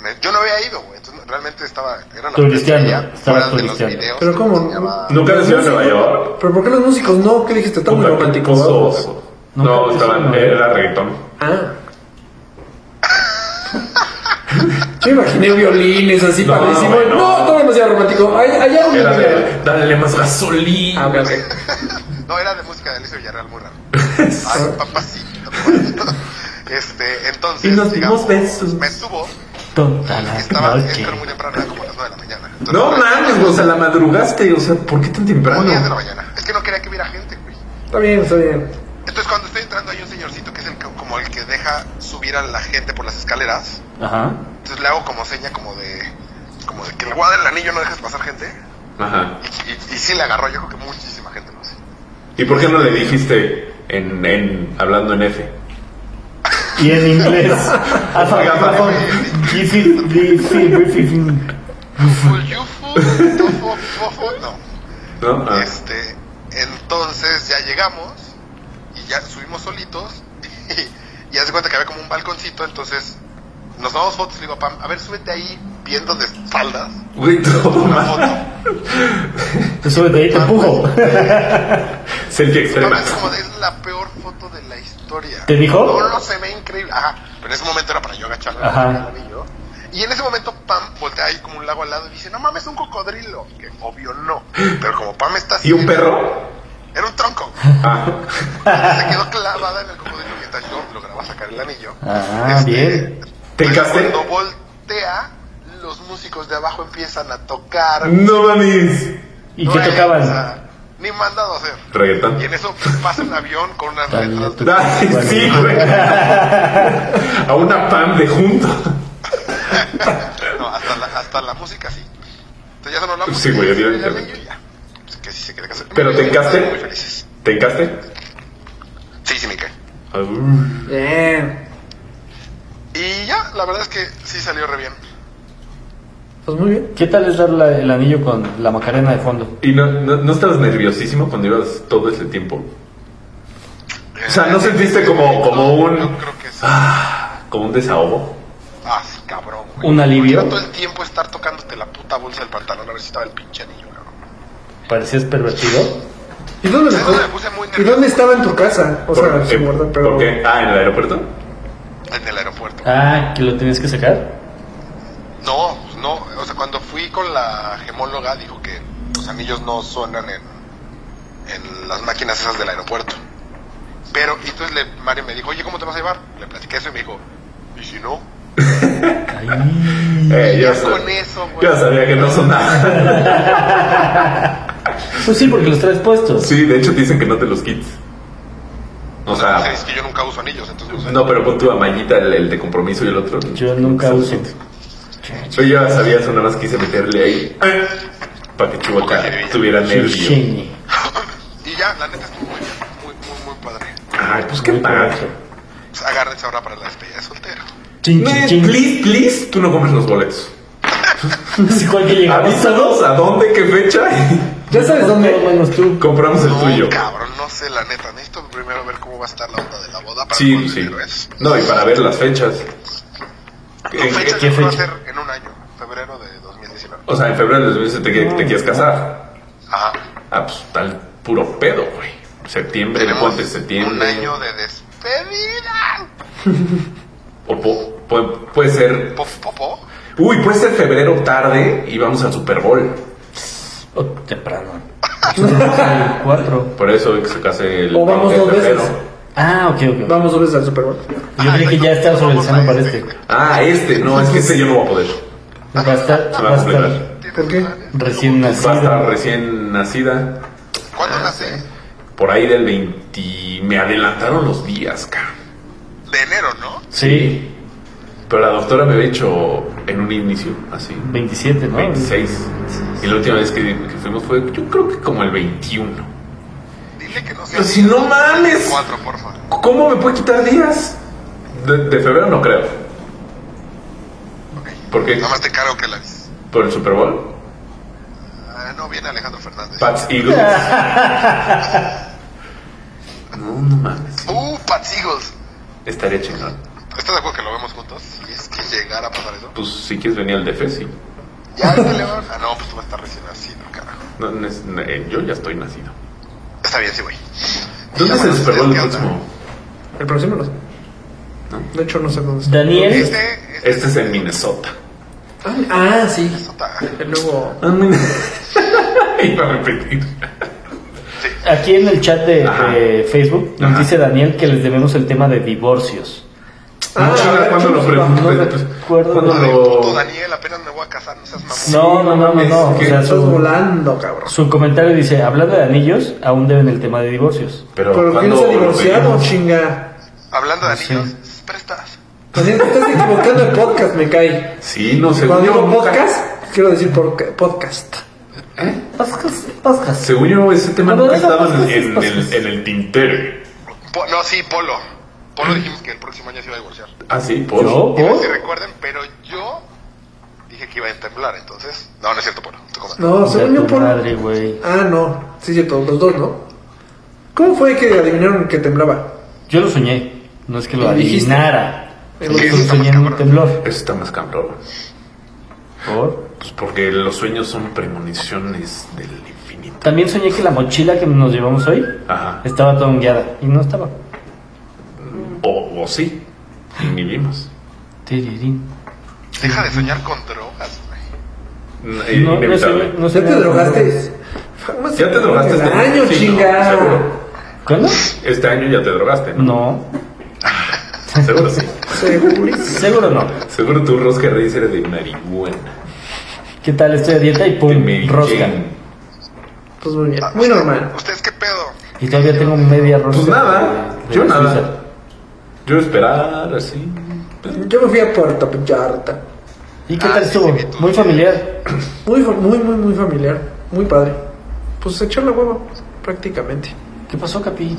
Speaker 6: Me- yo no había ido, güey. Entonces realmente estaba, era una
Speaker 5: Turisteando,
Speaker 6: pizzería
Speaker 5: estaba
Speaker 6: fuera de los
Speaker 5: turisteando.
Speaker 6: videos.
Speaker 4: Pero
Speaker 6: que
Speaker 4: ¿cómo?
Speaker 6: enseñaba-
Speaker 7: Nunca has ido a Nueva York.
Speaker 4: ¿Pero por qué los músicos no? ¿Qué dijiste? Está muy
Speaker 7: Puta,
Speaker 4: romántico.
Speaker 7: qué
Speaker 4: ¿no?
Speaker 7: oso.
Speaker 5: Nunca
Speaker 7: No,
Speaker 5: has
Speaker 7: estaban,
Speaker 5: ido a Nueva
Speaker 7: era reggaetón.
Speaker 4: Ah. [laughs] Yo imaginé violines así
Speaker 7: No,
Speaker 4: padrísimo.
Speaker 7: güey,
Speaker 4: No,
Speaker 7: no.
Speaker 4: todo demasiado romántico. Ay, Allá donde
Speaker 7: Era de, dale más gasolina.
Speaker 4: Ah, ok, ok.
Speaker 6: No, era de música de Alicia Villarreal,
Speaker 7: [laughs]
Speaker 6: muy raro. Ay, papacito. este, entonces.
Speaker 4: Y nos dimos
Speaker 6: digamos,
Speaker 4: besos.
Speaker 6: Me subo.
Speaker 5: Tonta la
Speaker 6: Estaba,
Speaker 5: noche.
Speaker 6: esto era muy temprano, era como a las 9 de la mañana. Entonces,
Speaker 7: No
Speaker 6: era-
Speaker 7: mames, güey, o sea, la madrugaste, o sea, ¿por qué tan
Speaker 6: como 10 de la
Speaker 7: temprano?
Speaker 6: mañana. Es que no quería que hubiera gente, güey.
Speaker 4: Está bien, está bien.
Speaker 6: Entonces, cuando estoy entrando, hay un señorcito que es el que- como el que deja subir a la gente por las escaleras.
Speaker 5: Ajá.
Speaker 6: Entonces le hago como seña, como de. Como de que le voy a dar el anillo, no dejes pasar gente.
Speaker 7: Ajá.
Speaker 6: Y, y, y sí le agarró, yo creo que muchísima gente lo hace.
Speaker 7: ¿Y por qué no le dijiste en, en hablando en F?
Speaker 5: Y en inglés.
Speaker 6: [laughs]
Speaker 5: Ah, Alfa, alfa, this is- this is- this is-
Speaker 6: Full you fool, tú fu- fu- fu- No.
Speaker 7: ¿No? Ah.
Speaker 6: Este, entonces ya llegamos y ya subimos solitos [laughs] y, y haz de cuenta que había como un balconcito, entonces nos damos fotos, le digo a Pam, a ver, súbete ahí viendo de espaldas
Speaker 7: Güey,
Speaker 6: una
Speaker 7: toma.
Speaker 6: foto.
Speaker 5: Tú súbete ahí, te empujo.
Speaker 7: Selfie extrema.
Speaker 6: Pam, es como de, es la peor foto de la historia.
Speaker 5: [laughs] ¿Te dijo?
Speaker 6: No, no, se ve increíble. Ajá, pero en ese momento era para yo agacharme
Speaker 5: Ajá.
Speaker 6: para el anillo. Y en ese momento Pam voltea ahí como un lago al lado y dice, no mames, un cocodrilo. Que obvio no, pero como Pam está así...
Speaker 7: ¿Y un perro?
Speaker 6: Era un tronco.
Speaker 7: Ah.
Speaker 6: se quedó clavada en el cocodrilo mientras yo lograba sacar el anillo. Este,
Speaker 5: Ah, bien.
Speaker 7: ¿Te
Speaker 6: pues,
Speaker 7: casté?
Speaker 6: Cuando voltea, los músicos de abajo empiezan a tocar.
Speaker 7: No mames.
Speaker 5: ¿Y qué
Speaker 6: Güey, o
Speaker 5: tocaban?
Speaker 6: sea, Ni mandado a hacer.
Speaker 7: Reggaetón.
Speaker 6: Y en eso pasa un avión con unas
Speaker 5: Dale,
Speaker 6: letras.
Speaker 5: tú.
Speaker 7: Ay, sí, güey. A una pan de junto.
Speaker 6: No, hasta la, hasta la música sí. Entonces ya se nos la
Speaker 7: Sí, güey,
Speaker 6: música,
Speaker 7: había-
Speaker 6: el anillo y ya. Pues Que sí se quería casar.
Speaker 7: ¿Pero te encaste?
Speaker 6: Muy felices.
Speaker 7: ¿Te encaste?
Speaker 6: Sí, sí me cae.
Speaker 7: Ah,
Speaker 4: Bien.
Speaker 6: Y ya, la verdad es que sí salió re bien.
Speaker 4: Pues muy bien.
Speaker 5: ¿Qué tal es dar la- el anillo con la macarena de fondo?
Speaker 7: ¿Y no, no, no estabas nerviosísimo cuando ibas todo ese tiempo? O sea, ¿no sentiste como- como un- Ah.
Speaker 6: Yo creo que sí.
Speaker 7: ¿Como un desahogo?
Speaker 6: Ah, sí, cabrón, güey.
Speaker 5: ¿Un alivio?
Speaker 6: Era todo el tiempo estar tocándote la puta bolsa del pantalón a ver si estaba el pinche anillo, cabrón.
Speaker 5: ¿Parecías pervertido?
Speaker 4: ¿Y dónde,
Speaker 6: ¿Sabes dónde me puse muy
Speaker 4: ¿Y
Speaker 6: nervioso?
Speaker 4: dónde estaba en tu casa? O sea, se guarda, pero.
Speaker 7: ¿Por qué? Ah, ¿en el aeropuerto?
Speaker 6: En el aeropuerto.
Speaker 5: Ah, que lo tenías que sacar.
Speaker 6: No, pues no. O sea, cuando fui con la gemóloga, dijo que los anillos no suenan en, en las máquinas esas del aeropuerto. Pero, y entonces le, Mario me dijo, oye, ¿cómo te vas a llevar? Le platiqué eso y me dijo, ¿y si no?
Speaker 7: Eh,
Speaker 6: Mm. Ya
Speaker 7: yo, sab-
Speaker 6: con eso, güey.
Speaker 7: yo sabía que no sonaba.
Speaker 6: [laughs]
Speaker 5: Pues sí, porque los traes puestos.
Speaker 7: Sí, de hecho dicen que no te los quites. O
Speaker 6: O sea,
Speaker 7: sea,
Speaker 6: es que yo nunca uso anillos, entonces no sé.
Speaker 7: no, pero pon tu amañita, el, el de compromiso y el otro.
Speaker 5: Yo nunca uso.
Speaker 7: Yo ya sabía eso, nada más quise meterle ahí. Para que Chubaca tuviera nervios.
Speaker 5: Shishini.
Speaker 6: Y ya, la neta estuvo muy bien. Muy, muy, muy padre.
Speaker 7: Ay, pues qué
Speaker 5: Muy
Speaker 7: tal.
Speaker 5: correcto.
Speaker 6: Pues, agárrense ahora para la despedida de soltero.
Speaker 5: Chin,
Speaker 7: Eh,
Speaker 5: chin, chin.
Speaker 7: please, please, tú no compras los boletos.
Speaker 5: [laughs] Sí, ¿Cuál que
Speaker 7: [laughs]
Speaker 5: llegamos?
Speaker 7: Avísanos a dónde, qué fecha.
Speaker 4: ¿Ya sabes
Speaker 5: Todos
Speaker 4: dónde?
Speaker 5: menos tú.
Speaker 7: [laughs] Compramos el
Speaker 6: No,
Speaker 7: tuyo.
Speaker 6: cabrón, no sé, la neta. Necesito primero ver cómo va a estar la onda de la boda para
Speaker 7: Sí, pues
Speaker 6: poder
Speaker 7: sí.
Speaker 6: ver eso.
Speaker 7: No, y para ver las fechas.
Speaker 6: Tu
Speaker 7: ¿En
Speaker 6: fecha
Speaker 7: qué-
Speaker 6: yo creo va a
Speaker 5: fecha?
Speaker 6: ser en un año, febrero de 2019.
Speaker 7: O sea, en febrero de 2017 te, que- te quieres casar.
Speaker 6: Ajá.
Speaker 7: Ah, pues tal puro pedo, güey. Septiembre,
Speaker 6: Tenemos
Speaker 7: ponte septiembre.
Speaker 6: un año de despedida.
Speaker 7: O po- po- puede ser.
Speaker 6: Pop, popo.
Speaker 7: Uy, puede ser febrero tarde y vamos al Super Bowl.
Speaker 5: O Oh, temprano. El Cuatro.
Speaker 7: Por eso es que se case el.
Speaker 4: O vamos
Speaker 7: 20 de
Speaker 4: dos veces.
Speaker 7: febrero.
Speaker 5: Ah, ok, ok.
Speaker 4: Vamos dos veces al Super Bowl.
Speaker 5: Yo creí que ya estabas organizando para este.
Speaker 7: Ah, este, no, es que este yo no voy a poder.
Speaker 5: Va a estar,
Speaker 7: Se va
Speaker 5: va a
Speaker 7: a
Speaker 5: estar
Speaker 7: complicar.
Speaker 4: ¿Por qué?
Speaker 5: recién
Speaker 7: Va a estar
Speaker 5: nacido.
Speaker 7: recién nacida.
Speaker 6: ¿Cuándo nace?
Speaker 7: Por ahí del 20. Me adelantaron los días, cabrón.
Speaker 6: De enero, ¿no?
Speaker 5: Sí.
Speaker 7: Pero la doctora me había dicho en un inicio, así.
Speaker 4: Mm.
Speaker 5: 27, ¿no?
Speaker 7: 26. Y la última vez que, que fuimos fue, yo creo que como el 21.
Speaker 6: Dile que no sea.
Speaker 7: Pero si no mames.
Speaker 6: Cuatro, porfa.
Speaker 7: ¿Cómo me puede quitar días? De, de febrero no creo.
Speaker 6: Ok.
Speaker 7: ¿Por qué?
Speaker 6: Nada más te cargo que las.
Speaker 7: Por el Super Bowl.
Speaker 6: Ah, no, viene Alejandro Fernández.
Speaker 7: Pats
Speaker 4: [laughs]
Speaker 7: Eagles. no, no mames.
Speaker 6: Uh, Pats Eagles.
Speaker 7: Estaría chingón.
Speaker 6: ¿Estás de acuerdo que lo vemos juntos? Si es que llegara a pasar eso.
Speaker 7: Pues si quieres venir al DF, sí.
Speaker 6: Ya, ahorita le va- Ah, no, pues tú vas a estar recién nacido, carajo.
Speaker 7: No, no es- no, eh, yo ya estoy nacido.
Speaker 6: Está bien, sí, güey.
Speaker 7: ¿Dónde es el Super Bowl
Speaker 6: ¿Qué onda?
Speaker 7: próximo?
Speaker 4: El próximo no sé. De hecho, no sé dónde está.
Speaker 5: Daniel,
Speaker 6: Este, este,
Speaker 7: Este es en Minnesota.
Speaker 4: Ah, sí.
Speaker 6: Sota.
Speaker 4: Luego.
Speaker 7: [laughs] Iba a repetir.
Speaker 5: aquí en el chat de,
Speaker 7: Ajá.
Speaker 5: de Facebook nos
Speaker 7: Ajá.
Speaker 5: dice Daniel que les debemos el tema de divorcios.
Speaker 4: Ah,
Speaker 7: Mucho-
Speaker 4: a ver,
Speaker 7: cuando lo
Speaker 4: chulo, no
Speaker 7: pregunté. pues,
Speaker 5: recuerdo.
Speaker 7: cuando
Speaker 6: Ay, puto
Speaker 7: lo.
Speaker 6: Daniel, apenas me voy a casar, no seas mamón.
Speaker 5: No, no, no, no,
Speaker 7: mames,
Speaker 5: no. O
Speaker 7: que
Speaker 5: sea,
Speaker 4: Estás
Speaker 5: su,
Speaker 4: volando, cabrón.
Speaker 5: su comentario dice, hablando de anillos, aún deben el tema de divorcios.
Speaker 7: Pero,
Speaker 4: Pero ¿quién
Speaker 7: cuando
Speaker 4: se ha
Speaker 7: lo
Speaker 4: divorciado,
Speaker 7: vimos?
Speaker 4: chinga?
Speaker 6: Hablando de anillos, prestas.
Speaker 4: Daniel, te estás equivocando de podcast, me cae.
Speaker 7: Sí, no sé.
Speaker 4: Cuando
Speaker 7: yo
Speaker 4: digo
Speaker 7: nunca-
Speaker 4: podcast, quiero decir porca- podcast. ¿Eh?
Speaker 5: Podcast, podcast.
Speaker 7: Según yo, ese tema
Speaker 5: Pero
Speaker 7: nunca
Speaker 5: no,
Speaker 7: estaba
Speaker 5: pues,
Speaker 7: en, en
Speaker 5: pues,
Speaker 7: el, en el tintero.
Speaker 6: Po- no, sí, Polo. Polo dijimos que el próximo año se iba a divorciar.
Speaker 7: Ah, sí,
Speaker 5: ¿Yo?
Speaker 7: Polo.
Speaker 6: Y no
Speaker 5: ¿Por?
Speaker 6: sé si recuerden, pero yo dije que iba a temblar, entonces. No, no es cierto, Polo. Tú comas.
Speaker 4: No,
Speaker 5: Chinga
Speaker 4: según yo
Speaker 5: tu
Speaker 4: por.
Speaker 5: madre, güey.
Speaker 4: Ah, no. Sí, cierto, los dos, ¿no? ¿Cómo fue que adivinaron que temblaba?
Speaker 5: Yo lo soñé. No es que lo
Speaker 4: Lo dijiste.
Speaker 5: adivinara.
Speaker 4: El
Speaker 5: Yo
Speaker 4: otro
Speaker 6: Sí,
Speaker 5: lo
Speaker 6: está más
Speaker 5: soñé en un
Speaker 6: cabrón.
Speaker 5: temblor.
Speaker 7: Eso está más cabrón.
Speaker 5: ¿Por?
Speaker 7: Pues porque los sueños son premoniciones del infinito.
Speaker 5: También soñé que la mochila que nos llevamos hoy
Speaker 7: Ajá.
Speaker 5: estaba toda hongueada. Y no estaba.
Speaker 7: O, o sí. Y ni vimos.
Speaker 5: Tirirín.
Speaker 6: Deja de soñar con drogas, güey.
Speaker 7: N-
Speaker 5: No, no
Speaker 7: Inevitable.
Speaker 5: sé, no sé.
Speaker 4: ¿Ya te drogaste?
Speaker 7: Ya te drogaste
Speaker 4: El
Speaker 7: este
Speaker 4: año,
Speaker 7: sí,
Speaker 4: chinga.
Speaker 7: no, seguro.
Speaker 5: ¿Cuándo?
Speaker 7: Este año ya te drogaste, ¿no?
Speaker 5: No.
Speaker 7: [laughs] Seguro sí.
Speaker 4: Segurísimo.
Speaker 5: Seguro no.
Speaker 7: Seguro tu rosca raíz era de marihuana.
Speaker 5: ¿Qué tal? Estoy a dieta y
Speaker 7: De
Speaker 5: pum,
Speaker 7: Mary
Speaker 5: rosca.
Speaker 7: Jane.
Speaker 4: Pues muy bien.
Speaker 6: Ah,
Speaker 4: Muy
Speaker 6: usted-
Speaker 4: normal.
Speaker 6: ¿Ustedes qué pedo?
Speaker 5: Y todavía tengo media rosca.
Speaker 7: Pues nada,
Speaker 5: de- de
Speaker 7: yo
Speaker 5: la
Speaker 7: nada.
Speaker 5: Suiza.
Speaker 7: Yo esperar así.
Speaker 4: Yo me fui a Puerto Vallarta.
Speaker 5: ¿Y qué
Speaker 6: Ah,
Speaker 5: tal
Speaker 6: sí,
Speaker 5: estuvo?
Speaker 6: sí, vi tus
Speaker 5: Muy familiar.
Speaker 4: Muy, fa- muy, muy, muy familiar. Muy padre. Pues echar la hueva, prácticamente.
Speaker 5: ¿Qué pasó, Capi?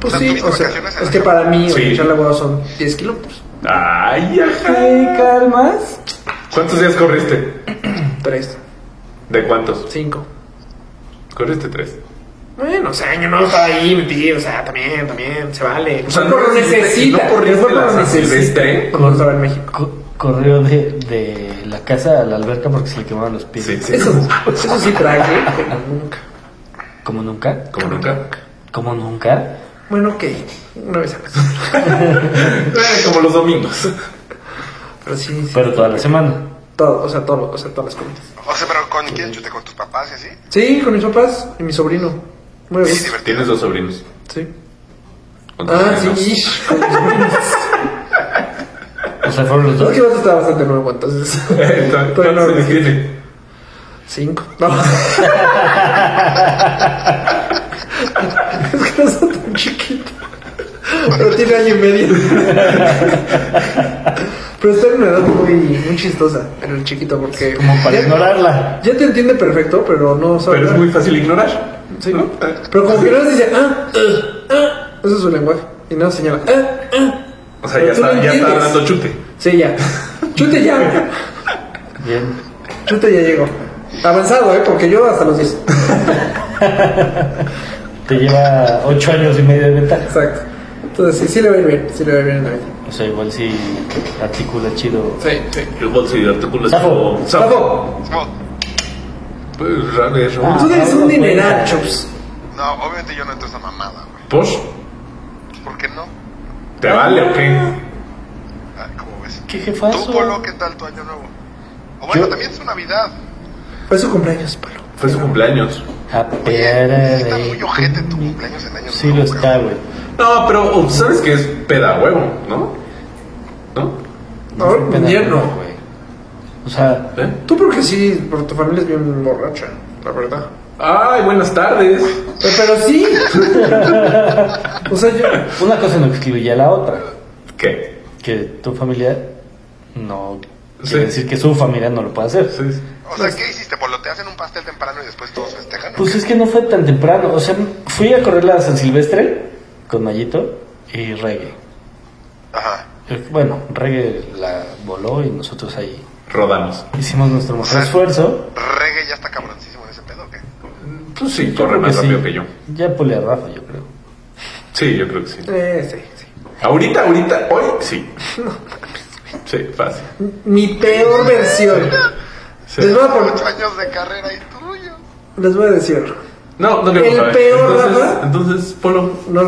Speaker 4: Pues
Speaker 6: O sea,
Speaker 4: sí,
Speaker 6: ¿tuviste
Speaker 4: o sea,
Speaker 6: vacaciones en
Speaker 4: es
Speaker 6: la
Speaker 4: que
Speaker 6: cama?
Speaker 4: para mí, o sea,
Speaker 7: Sí.
Speaker 4: echar la hueva son 10 kilómetros.
Speaker 7: Ay, ajá.
Speaker 5: calmas?
Speaker 7: ¿Cuántos días corriste?
Speaker 4: 3,
Speaker 7: ¿De cuántos?
Speaker 4: 5.
Speaker 7: Corriste tres.
Speaker 4: Bueno, o sea, yo no estaba ahí metido, o sea, también, también, se vale. El
Speaker 7: O sea,
Speaker 4: cuerpo
Speaker 7: no
Speaker 4: lo
Speaker 7: corriste-
Speaker 4: necesita,
Speaker 7: no corriste
Speaker 4: el cuerpo
Speaker 7: la
Speaker 4: lo
Speaker 7: San
Speaker 4: necesita.
Speaker 7: Silvestre.
Speaker 4: Cuando estaba en México.
Speaker 5: corrió de, de la casa a la alberca porque se le quemaban los pies.
Speaker 7: Sí, sí.
Speaker 4: Eso, eso sí traje, pero nunca.
Speaker 5: ¿Como nunca?
Speaker 7: Como nunca.
Speaker 5: ¿Como nunca?
Speaker 4: Bueno, ok, una vez a la semana.
Speaker 7: Eh, Como los domingos.
Speaker 4: Pero sí, sí,
Speaker 5: Pero toda la semana.
Speaker 4: todo, o sea, todo, o sea, todas las comidas.
Speaker 6: O sea, pero ¿con quién chute? ¿Con tus papás y así?
Speaker 4: Sí, con mis papás y mi sobrino. Muy bien.
Speaker 6: Sí, divertido.
Speaker 7: Tienes dos sobrinos.
Speaker 4: Sí.
Speaker 7: ¿Cuántos
Speaker 4: Ah, sí,
Speaker 7: sobrinos?
Speaker 4: ish, con mis sobrinos.
Speaker 5: O sea, fueron los
Speaker 4: Es
Speaker 5: dos.
Speaker 4: que vas a estar bastante
Speaker 7: [laughs]
Speaker 4: nuevo, entonces.
Speaker 7: Entonces,
Speaker 4: Todavía no
Speaker 7: ¿Cuántos
Speaker 4: lo
Speaker 7: años
Speaker 4: metí.
Speaker 7: tiene?
Speaker 4: Cinco. No. [laughs] es que no está tan chiquito. Pero tiene año y medio. Pero está en una edad muy, muy chistosa en el chiquito porque. Como
Speaker 5: Para
Speaker 4: ya,
Speaker 5: ignorarla.
Speaker 4: ya te entiende perfecto, pero no sabe.
Speaker 7: Pero es muy fácil ignorar.
Speaker 4: Sí.
Speaker 7: ¿no? Eh,
Speaker 4: Pero como que no dice, ah, ah, ah. Ese es su lenguaje. Y no señala, ah, ah.
Speaker 7: O sea,
Speaker 4: Pero
Speaker 7: ya
Speaker 4: tú
Speaker 7: está,
Speaker 4: lo
Speaker 7: ya está
Speaker 4: entiendes.
Speaker 7: dando chute.
Speaker 4: Sí, ya. Chute ya.
Speaker 5: Bien.
Speaker 4: Chute ya llegó. Avanzado, ¿eh? Porque yo hasta los 10.
Speaker 5: Te lleva ocho años y medio de ventaja.
Speaker 4: Exacto. Entonces, sí, sí le va a ir bien. Sí le va a ir bien en la vida.
Speaker 5: O sea, igual sí articula chido.
Speaker 4: Sí, sí.
Speaker 7: El bolso y artículos.
Speaker 5: Zafo.
Speaker 7: como-
Speaker 4: Papo,
Speaker 6: Oh,
Speaker 7: Pues raro es raro.
Speaker 4: tú eres un
Speaker 5: Ah,
Speaker 4: dineral,
Speaker 5: bueno.
Speaker 4: Chops.
Speaker 6: No, obviamente yo no entro a esa mamada, güey.
Speaker 7: ¿Posh?
Speaker 6: ¿Por qué no?
Speaker 7: ¿Te vale o qué?
Speaker 6: Ay, ¿cómo ves?
Speaker 5: ¿Qué jefazo?
Speaker 6: ¿Tú, Polo, qué tal tu año nuevo? O bueno,
Speaker 5: Yo-
Speaker 6: también es su Navidad.
Speaker 4: Fue su cumpleaños, Palo.
Speaker 7: Fue su cumpleaños.
Speaker 6: Oye, sí está
Speaker 5: Apérale.
Speaker 6: muy ojete tu cumpleaños en año
Speaker 5: Sí
Speaker 6: nuevo.
Speaker 5: lo está,
Speaker 6: cabrón.
Speaker 5: güey.
Speaker 7: No, pero oh, sabes que es peda a huevo, ¿no? ¿No?
Speaker 4: Ahora,
Speaker 5: Pena,
Speaker 4: ya no.
Speaker 5: güey. O sea,
Speaker 7: ¿Eh?
Speaker 4: Tú porque sí, porque tu familia es bien borracha, la verdad.
Speaker 7: Ay, buenas tardes.
Speaker 4: Pero, pero sí. o sea, yo...
Speaker 5: una cosa no excluye a la otra.
Speaker 7: ¿Qué?
Speaker 5: Que tu familia no
Speaker 7: Sí.
Speaker 5: quiere decir que su familia no lo pueda hacer.
Speaker 7: Sí, sí.
Speaker 6: O sea, ¿qué hiciste? ¿Voloteas en un pastel temprano y después todos festejan? o
Speaker 5: Pues
Speaker 6: qué?
Speaker 5: es que no fue tan temprano. O sea, fui a correr la San Silvestre con Mayito y reggae.
Speaker 6: Ajá.
Speaker 5: Eh, Bueno, reggae la voló y nosotros ahí
Speaker 7: Rodamos.
Speaker 5: hicimos nuestro mejor esfuerzo.
Speaker 6: Reggae ya está cabroncísimo en ese pedo, ¿o ¿qué?
Speaker 7: Pues sí,
Speaker 5: Yo
Speaker 7: corre
Speaker 5: creo
Speaker 7: más
Speaker 5: que
Speaker 7: rápido
Speaker 5: sí.
Speaker 7: que yo.
Speaker 5: Ya pule a Rafa, yo creo.
Speaker 7: Sí, yo creo que sí.
Speaker 4: Eh, sí, sí.
Speaker 7: Ahorita, ahorita, hoy, sí. Sí, fácil.
Speaker 4: Mi peor versión.
Speaker 7: Sí.
Speaker 4: Les voy a poner-
Speaker 6: Ocho años de carrera y tuyo.
Speaker 4: les voy a decir.
Speaker 7: No, no creo
Speaker 4: El
Speaker 7: saber.
Speaker 4: peor,
Speaker 7: entonces,
Speaker 4: Rafa.
Speaker 7: entonces, Polo.
Speaker 4: No,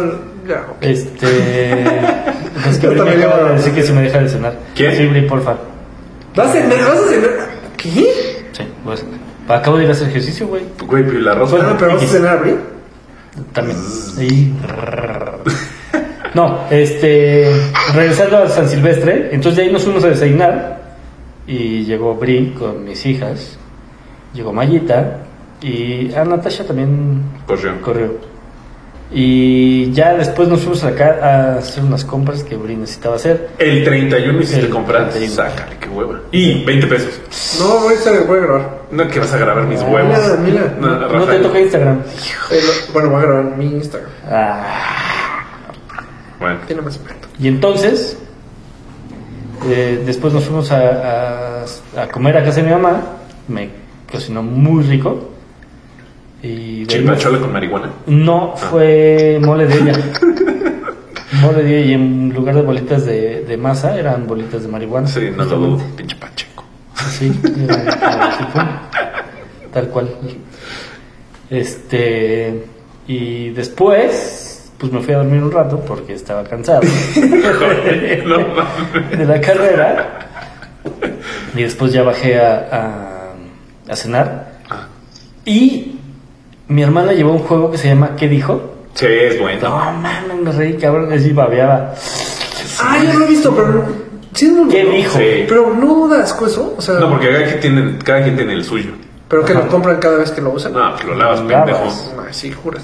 Speaker 4: ya, ok.
Speaker 7: [laughs]
Speaker 5: Este. pues que
Speaker 4: Hasta me
Speaker 5: me
Speaker 4: dio
Speaker 5: acaba de
Speaker 4: la-
Speaker 5: decir que si me deja de cenar.
Speaker 7: ¿Quién?
Speaker 5: Sí, Bri, porfa.
Speaker 4: ¿Vas a cenar? ¿Vas a cenar? ¿Qué?
Speaker 5: Sí, pues. Acabo de ir a hacer ejercicio, güey.
Speaker 7: Güey, pero ¿y la rosa.
Speaker 4: Bueno, Ah, pero vas a cenar, ¿abril?
Speaker 5: También. Y- No, este. Regresando a San Silvestre, entonces de ahí nos fuimos a desayunar. Y llegó Bri con mis hijas. Llegó Mayita. Y a Natasha también
Speaker 7: Corrió.
Speaker 5: corrió. Y ya después nos fuimos acá a hacer unas compras que Bri necesitaba hacer.
Speaker 7: El 31 hiciste
Speaker 5: El
Speaker 7: comprar.
Speaker 5: 31.
Speaker 7: Sácale, qué hueva. Y 20 pesos.
Speaker 4: No, voy a estar- voy a grabar.
Speaker 7: No, que vas a grabar mis huevos.
Speaker 4: Ah, Mira, mira.
Speaker 7: No,
Speaker 5: No te
Speaker 7: Rafael.
Speaker 5: toca Instagram.
Speaker 4: Eh, lo- Bueno, voy a grabar en mi Instagram.
Speaker 5: Ah,
Speaker 7: Bueno,
Speaker 4: Tiene más impacto.
Speaker 5: y entonces, eh, después nos fuimos a, a- a comer a casa de mi mamá. Me cocinó muy rico. Y de ahí nos-
Speaker 7: chilpachola con marihuana. Ah.
Speaker 5: No, fue mole de ella.
Speaker 7: [laughs]
Speaker 5: Mole de ella y en lugar de bolitas de, de masa eran bolitas de marihuana.
Speaker 7: Sí, no lo dudo. Pinche pacheco.
Speaker 5: Sí, era- sí, fue. tal cual. Este. Y después, pues me fui a dormir un rato porque estaba cansado
Speaker 7: Joder, no
Speaker 5: de
Speaker 7: mames.
Speaker 5: la carrera. Y después ya bajé a, a- a cenar. Y mi hermana llevó un juego que se llama ¿Qué dijo?
Speaker 7: Sí, es
Speaker 5: No
Speaker 7: bueno.
Speaker 5: mames, me reí, cabrón. Así babeaba.
Speaker 4: Ah, ya lo he visto, pero. no- Sí, no,
Speaker 5: ¿Qué
Speaker 4: no.
Speaker 5: dijo?
Speaker 7: Sí.
Speaker 4: Pero no das eso. O sea,
Speaker 7: No, porque cada quien tiene, cada quien tiene el suyo.
Speaker 4: pero que lo compran cada vez que lo usan.
Speaker 7: No, pues lo lavas,
Speaker 5: Lo
Speaker 7: pendejo.
Speaker 5: lavas.
Speaker 4: Ah, sí, juras.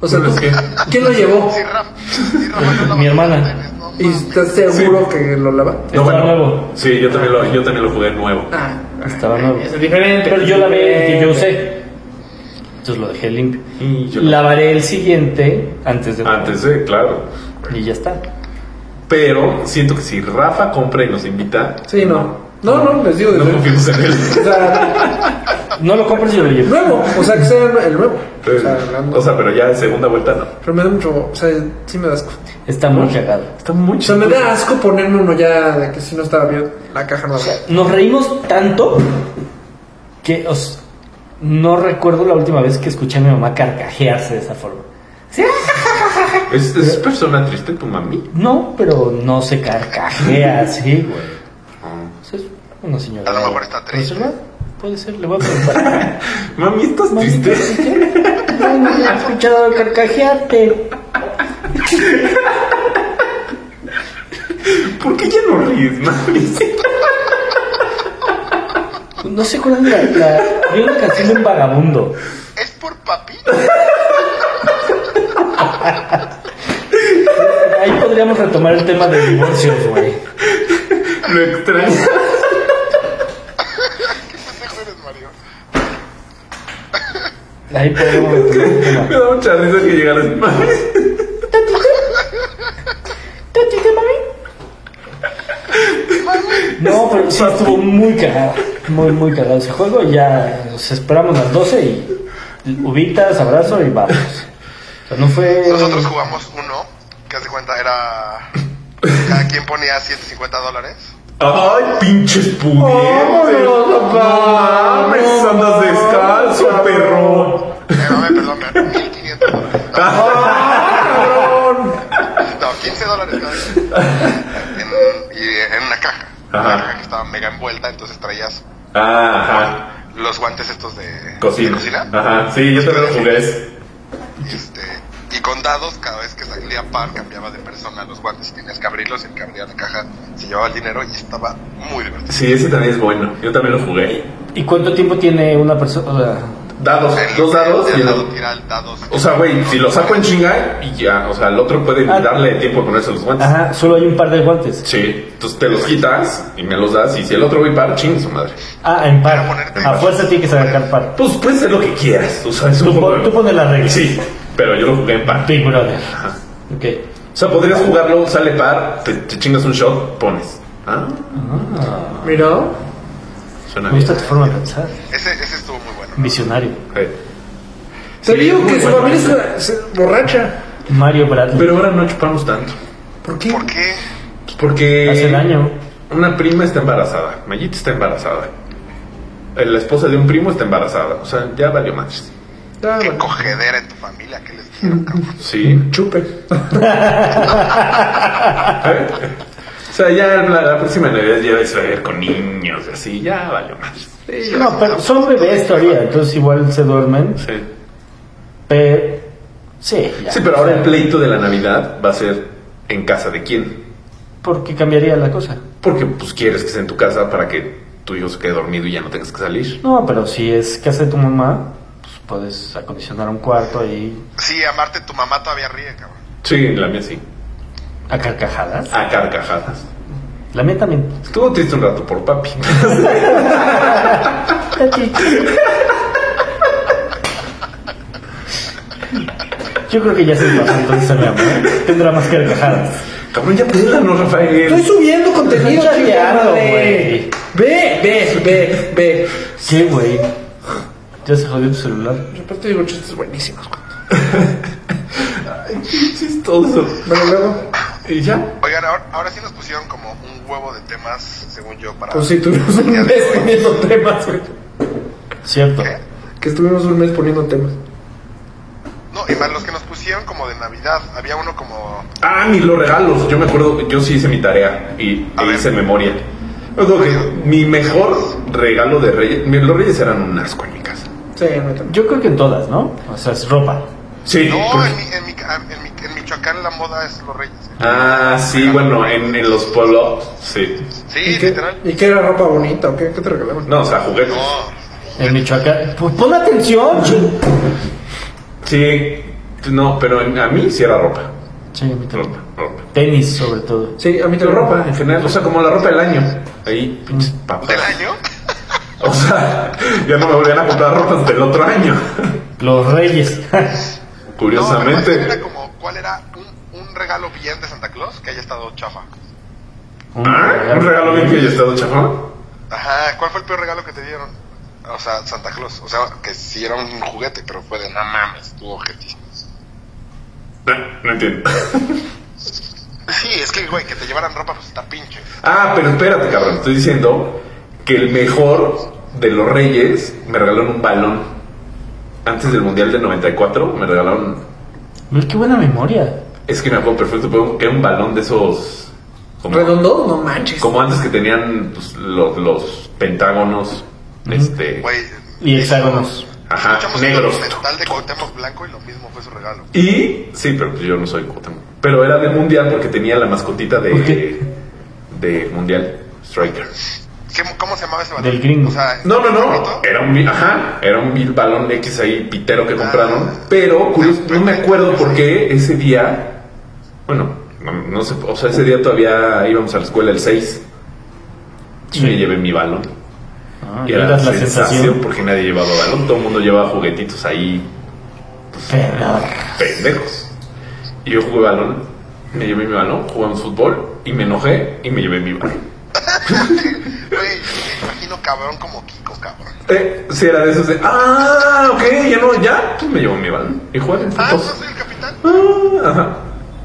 Speaker 4: O sea,
Speaker 7: Pero
Speaker 4: ¿tú-
Speaker 7: es que-
Speaker 4: ¿quién lo llevó?
Speaker 6: Si Rafa, si Rafa no la va a
Speaker 5: Mi hermana.
Speaker 6: tener, no
Speaker 4: ¿Y
Speaker 6: mames.
Speaker 4: estás seguro que lo lava?
Speaker 7: No,
Speaker 5: Estaba nuevo.
Speaker 7: Sí, yo también, lo, yo también lo jugué nuevo.
Speaker 4: Ah,
Speaker 5: Estaba nuevo.
Speaker 4: es diferente.
Speaker 5: Pero yo la lavé el que yo
Speaker 4: sé.
Speaker 5: usé. Entonces lo dejé limpio.
Speaker 7: Y yo lo-
Speaker 5: Lavaré el siguiente antes de.
Speaker 6: Ah.
Speaker 7: Antes de, claro.
Speaker 5: Y ya está.
Speaker 7: Pero siento que si Rafa compra y nos invita,
Speaker 4: Sí, no. No, no, les digo.
Speaker 7: no
Speaker 4: desde-
Speaker 7: confiemos en él.
Speaker 4: O sea,
Speaker 5: No lo compres y lo llevo.
Speaker 4: nuevo. O sea, que sea el nuevo. O sea, hablando.
Speaker 7: O sea, pero ya de segunda vuelta no.
Speaker 4: pero me da mucho. O sea, sí me da asco.
Speaker 5: Está muy cagado.
Speaker 7: Está muy
Speaker 4: O sea, me da asco ponerme uno ya de que si no estaba bien la caja no había.
Speaker 5: Nos reímos tanto que os- no recuerdo la última vez que escuché a mi mamá carcajearse de esa forma. Sí, [laughs]
Speaker 7: ¿Es, es persona triste tu mami?
Speaker 5: No, pero no se carcajea así, güey. Eso Es una señora.
Speaker 6: Ah. A lo mejor está triste.
Speaker 5: ¿Reservada? Puede ser, le voy a preguntar. [laughs]
Speaker 7: Mami, ¿estás triste?
Speaker 5: Ay, no he escuchado carcajearte.
Speaker 7: ¿Por qué ya no ríes, mami? [laughs] Sí.
Speaker 5: No se acuerdan de la, la, había una canción de un vagabundo.
Speaker 6: Es por papi.
Speaker 5: Ahí podríamos retomar el tema de divorcios, güey.
Speaker 7: Lo extraño.
Speaker 6: Pendejo eres, Mario.
Speaker 5: Ahí podríamos retomar el tema.
Speaker 7: Me da mucha risa que llegaras, mami.
Speaker 5: No, pero sí estuvo muy cagado. Muy, muy cagado ese juego. Ya nos esperamos las 12 y ubitas, abrazo y vamos. O sea, no fue.
Speaker 6: Nosotros jugamos uno, que hace cuenta era. Cada quien ponía 150 dólares.
Speaker 7: ¡Ay, pinches pudientes!
Speaker 4: Vámonos, papá.
Speaker 7: ¡No mames! ¡Andas descalzo, perro!
Speaker 6: Eh, no, eh, perdón, perdón, 1500 dólares. No, 15 dólares cada quien. En- Y en una caja.
Speaker 7: Ajá.
Speaker 6: Una caja que estaba mega envuelta, entonces traías
Speaker 7: Ah, ajá.
Speaker 6: los guantes estos de
Speaker 7: Cocina.
Speaker 6: de cocina.
Speaker 7: Ajá, sí, yo también lo jugué. ese.
Speaker 6: Este, y con dados, cada vez que salía par, cambiaba de persona los guantes. Tenías que abrirlos y el que abría la caja se llevaba el dinero y estaba muy divertido.
Speaker 7: Sí, ese también es bueno. Yo también lo jugué.
Speaker 5: ¿Y cuánto tiempo tiene una persona? O sea,
Speaker 7: Dados,
Speaker 6: El-
Speaker 7: dos dados
Speaker 6: el
Speaker 7: y el
Speaker 6: dado tirar dados.
Speaker 7: O sea, güey, si lo saco en chinga y ya, o sea, el otro puede
Speaker 5: Ah.
Speaker 7: darle tiempo de ponerse los guantes.
Speaker 5: Ajá, solo hay un par de guantes.
Speaker 7: Sí, entonces te los quitas y me los das. Y si el otro va par, chingue su madre.
Speaker 5: Ah, en par.
Speaker 6: Para ponerte-
Speaker 5: A fuerza tiene que sacar par.
Speaker 7: Pues puedes hacer lo que quieras. O sea, es un
Speaker 5: Tú,
Speaker 7: juego
Speaker 5: pon-
Speaker 7: de-
Speaker 5: tú pones las reglas.
Speaker 7: Sí, pero yo lo jugué en par.
Speaker 5: Big Brother. Ok.
Speaker 7: O sea, podrías jugarlo, sale par, te, te chingas un shot, pones. Ah,
Speaker 4: Mira,
Speaker 7: suena bien.
Speaker 5: Me gusta tu forma de pensar.
Speaker 6: Ese, ese estuvo muy bueno.
Speaker 5: Visionario.
Speaker 7: Sí.
Speaker 4: te
Speaker 7: Sí,
Speaker 4: digo
Speaker 7: muy
Speaker 4: que su
Speaker 7: bueno.
Speaker 4: familia es una- es borracha.
Speaker 5: Mario Bradley.
Speaker 7: Pero ahora no chupamos tanto.
Speaker 4: ¿Por qué?
Speaker 6: ¿Por qué?
Speaker 7: Pues porque.
Speaker 5: Hace daño.
Speaker 7: Una prima está embarazada. Mayita está embarazada. Eh, La esposa de un primo está embarazada. O sea, ya valió más.
Speaker 4: Ah,
Speaker 6: ¿Qué
Speaker 4: bueno,
Speaker 6: cogedera en tu familia? ¿Qué les dieron, cabrón?
Speaker 7: Sí.
Speaker 4: chupe.
Speaker 7: ¿Eh? [laughs] O sea, ya la, la próxima Navidad ya vais a ver con niños y así. Ya valió más.
Speaker 5: No, pero son bebés todavía, entonces igual se duermen.
Speaker 7: Sí.
Speaker 5: Pero. Sí, ya.
Speaker 7: Sí, pero ahora el pleito de la Navidad va a ser en casa de quién.
Speaker 5: Porque cambiaría la cosa.
Speaker 7: Porque pues quieres que sea en tu casa para que tu hijo se quede dormido y ya no tengas que salir.
Speaker 5: No, pero si es casa de tu mamá, pues puedes acondicionar un cuarto ahí
Speaker 6: Sí, amarte tu mamá todavía ríe, cabrón.
Speaker 7: Sí, la mía sí.
Speaker 5: a carcajadas.
Speaker 7: A carcajadas.
Speaker 5: La mía también.
Speaker 7: Estuvo triste un rato por papi. [laughs]
Speaker 5: Yo creo que ya se pasó entonces a mi mamá. Tendrá más carcajadas.
Speaker 7: Cabrón, ya pela, ¿no,
Speaker 4: Estoy
Speaker 7: Rafael?
Speaker 4: subiendo contenido,
Speaker 5: Estoy chateando,
Speaker 4: chingada,
Speaker 5: güey.
Speaker 4: Ve, ve, ve, ve.
Speaker 5: ¿Qué, güey? Ya se jodió tu celular.
Speaker 4: Yo aparte digo chistes buenísimos.
Speaker 7: [laughs]
Speaker 4: güey.
Speaker 7: Chistoso.
Speaker 4: Bueno, luego,
Speaker 7: Y ya.
Speaker 6: Oigan, ahora, ahora sí nos pusieron como un huevo de temas, según yo, para...
Speaker 4: pues sí, tuvimos un
Speaker 7: [laughs]
Speaker 6: Ya
Speaker 4: mes
Speaker 6: digo.
Speaker 4: poniendo temas, güey.
Speaker 5: Cierto.
Speaker 6: ¿Qué?
Speaker 4: Que estuvimos un mes poniendo temas.
Speaker 6: No, y más los que nos pusieron como de Navidad. Había uno como...
Speaker 7: Ah, mis los regalos. Yo me acuerdo, yo sí hice mi tarea y
Speaker 6: A
Speaker 7: e
Speaker 6: ver.
Speaker 7: hice memoria. Me acuerdo que mi mejor regalo de Reyes. mi- Los Reyes eran un asco en mi casa.
Speaker 4: Sí, no también.
Speaker 5: Yo creo que en todas, ¿no? O sea, es ropa.
Speaker 7: Sí. pues
Speaker 6: No,
Speaker 7: porque-
Speaker 6: en, mi, en, mi, ah, en, mi- en Michoacán la moda es los reyes.
Speaker 7: Ah, sí, bueno, en, en los pueblos. Sí.
Speaker 6: Sí,
Speaker 4: ¿Y qué,
Speaker 6: literal.
Speaker 4: ¿Y qué era ropa bonita o qué? ¿Qué te regalaban?
Speaker 7: No, o sea, juguetes.
Speaker 6: No,
Speaker 5: En Michoacán. Pues pon atención, ching.
Speaker 7: Sí. No, pero en- a mí sí era ropa.
Speaker 5: Sí, a mí también.
Speaker 7: Ropa, ropa.
Speaker 5: Tenis, sobre todo.
Speaker 4: Sí, a mí te
Speaker 7: Pero
Speaker 4: lo
Speaker 7: ropa
Speaker 4: ropa.
Speaker 7: en general, o sea, como la ropa del año. Ahí, pinches
Speaker 6: del
Speaker 7: papas.
Speaker 6: año.
Speaker 7: O sea, [laughs] ya no me volvían a comprar ropas del otro año.
Speaker 4: [laughs]
Speaker 5: Los reyes.
Speaker 6: No, pero
Speaker 7: Curiosamente.
Speaker 6: era como, ¿cuál era un, un regalo bien de Santa Claus que haya estado chafa?
Speaker 7: ¿Ah? ¿Un regalo bien que haya estado chafón?
Speaker 6: Ajá, ¿cuál fue el peor regalo que te dieron? O sea, Santa Claus. O sea, que sí era un juguete, pero fue de no mames, tu objetivo.
Speaker 7: No, no entiendo.
Speaker 6: Sí, es que, güey, que te llevaran ropa, pues está pinche.
Speaker 7: Ah, pero espérate, cabrón. Estoy diciendo que el mejor de los Reyes me regalaron un balón. Antes del Mundial del 94 me regalaron...
Speaker 5: Mira, qué buena memoria.
Speaker 7: Es que me acuerdo perfecto, pero era un balón de esos... como-
Speaker 4: ¿Redondo? No manches.
Speaker 7: Como antes que tenían pues, los, los pentágonos, este...
Speaker 6: Güey.
Speaker 5: Y hexágonos.
Speaker 7: Ajá,
Speaker 6: Escuchamos
Speaker 7: negros.
Speaker 6: el mental de Cuauhtémoc Blanco y lo mismo fue su regalo.
Speaker 7: Y sí, pero pues yo no soy Cuauhtémoc. Pero era del mundial porque tenía la mascotita de
Speaker 5: ¿Por qué?
Speaker 7: de mundial Striker.
Speaker 6: ¿Qué- ¿Cómo se llamaba ese balón?
Speaker 5: Del gringo.
Speaker 6: O sea,
Speaker 7: No, no, no.
Speaker 6: ¿bonito?
Speaker 7: Era un vil- ajá, era un vil balón X ahí pitero que compraron, pero curioso, no me acuerdo por qué ese día, bueno, no, no sé, o sea, ese día todavía íbamos a la escuela el 6. Yo
Speaker 5: Sí.
Speaker 7: llevé mi balón.
Speaker 5: Ah,
Speaker 7: Y era
Speaker 5: la sensación.
Speaker 7: porque nadie llevaba balón, todo el mundo llevaba juguetitos ahí
Speaker 5: Perdón.
Speaker 7: pendejos. Y yo jugué balón, me llevé mi balón, jugamos fútbol y me enojé y me llevé mi balón.
Speaker 6: Güey, me imagino cabrón como Kiko, cabrón.
Speaker 7: Eh, si era de esos de, ah, ok, ya no, ya, pues me llevo mi balón y jugué en
Speaker 6: Ah, ¿no
Speaker 7: fútbol.
Speaker 6: soy el capitán?
Speaker 7: Ah, ajá.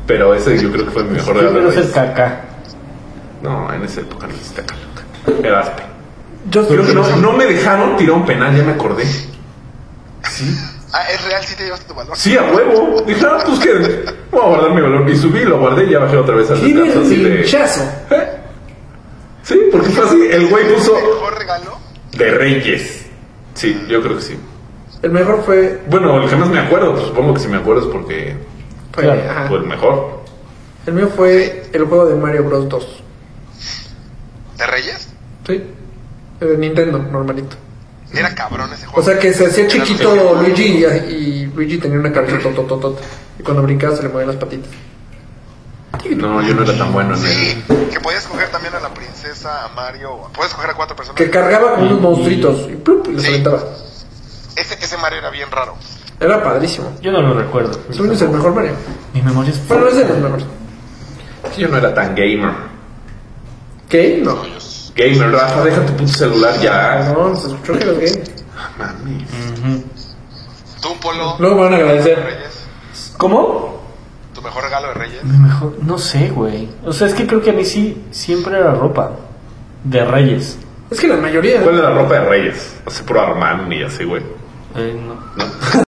Speaker 7: Pero ese yo creo que fue mi mejor
Speaker 5: Yo
Speaker 7: regalo.
Speaker 5: quiero
Speaker 7: de
Speaker 5: ser
Speaker 7: Reyes.
Speaker 5: caca.
Speaker 7: No, en esa época no existía Carlota. Era aspe.
Speaker 4: Yo
Speaker 7: Creo que no, no me dejaron tirar un penal, ya me acordé. Sí,
Speaker 6: Ah, es real, sí te llevaste tu balón.
Speaker 7: sí, a huevo. Dije, ah, pues que voy a guardar mi balón. Y subí, lo guardé y ya bajé otra vez al
Speaker 4: Tienes
Speaker 7: descanso, así
Speaker 4: un
Speaker 7: de-
Speaker 4: hinchazo.
Speaker 7: Sí, porque fue así. El güey puso
Speaker 6: ¿El mejor regalo?
Speaker 7: de Reyes. Sí, yo creo que sí.
Speaker 4: El mejor fue.
Speaker 7: Bueno, el que más me acuerdo, pues, supongo que si me acuerdo es porque
Speaker 4: fue-
Speaker 5: Claro,
Speaker 4: ajá.
Speaker 7: fue el pues mejor.
Speaker 4: El mío fue el juego de Mario Bros 2.
Speaker 6: ¿De Reyes?
Speaker 4: Sí. El de Nintendo, normalito.
Speaker 6: Era cabrón ese juego.
Speaker 4: O sea que se hacía
Speaker 6: Era
Speaker 4: chiquito
Speaker 6: súper-
Speaker 4: Luigi y, y Luigi tenía una cabeza totototota. Y cuando brincaba se le movían las patitas.
Speaker 7: No, yo no era tan bueno en él.
Speaker 6: Sí, que podías coger también a la princesa, a Mario, o- puedes coger a cuatro personas.
Speaker 4: Que cargaba con unos monstruitos y, plup, y los
Speaker 6: Sí.
Speaker 4: aventaba.
Speaker 6: Ese, ese Mario era bien raro.
Speaker 4: Era padrísimo.
Speaker 5: Yo no lo recuerdo.
Speaker 4: Según yo, es el mejor Mario.
Speaker 5: Mi memoria es
Speaker 4: Bueno, es de los mejores.
Speaker 7: Yo no era tan gamer.
Speaker 4: ¿Qué? No. Ah,
Speaker 7: Gamer, Rafa, deja tu puto celular ya.
Speaker 4: No, se escuchó que los gay.
Speaker 7: Mami.
Speaker 6: Tú, Polo,
Speaker 4: Luego me van a agradecer.
Speaker 6: Reyes,
Speaker 5: ¿Cómo?
Speaker 6: tu mejor regalo de Reyes.
Speaker 5: Mi mejor. No sé, güey. O sea, es que creo que a mí sí siempre era ropa. De Reyes.
Speaker 4: Es que la mayoría.
Speaker 7: ¿Cuál era la ropa de Reyes? Así por Armani y así, güey.
Speaker 5: Eh, no.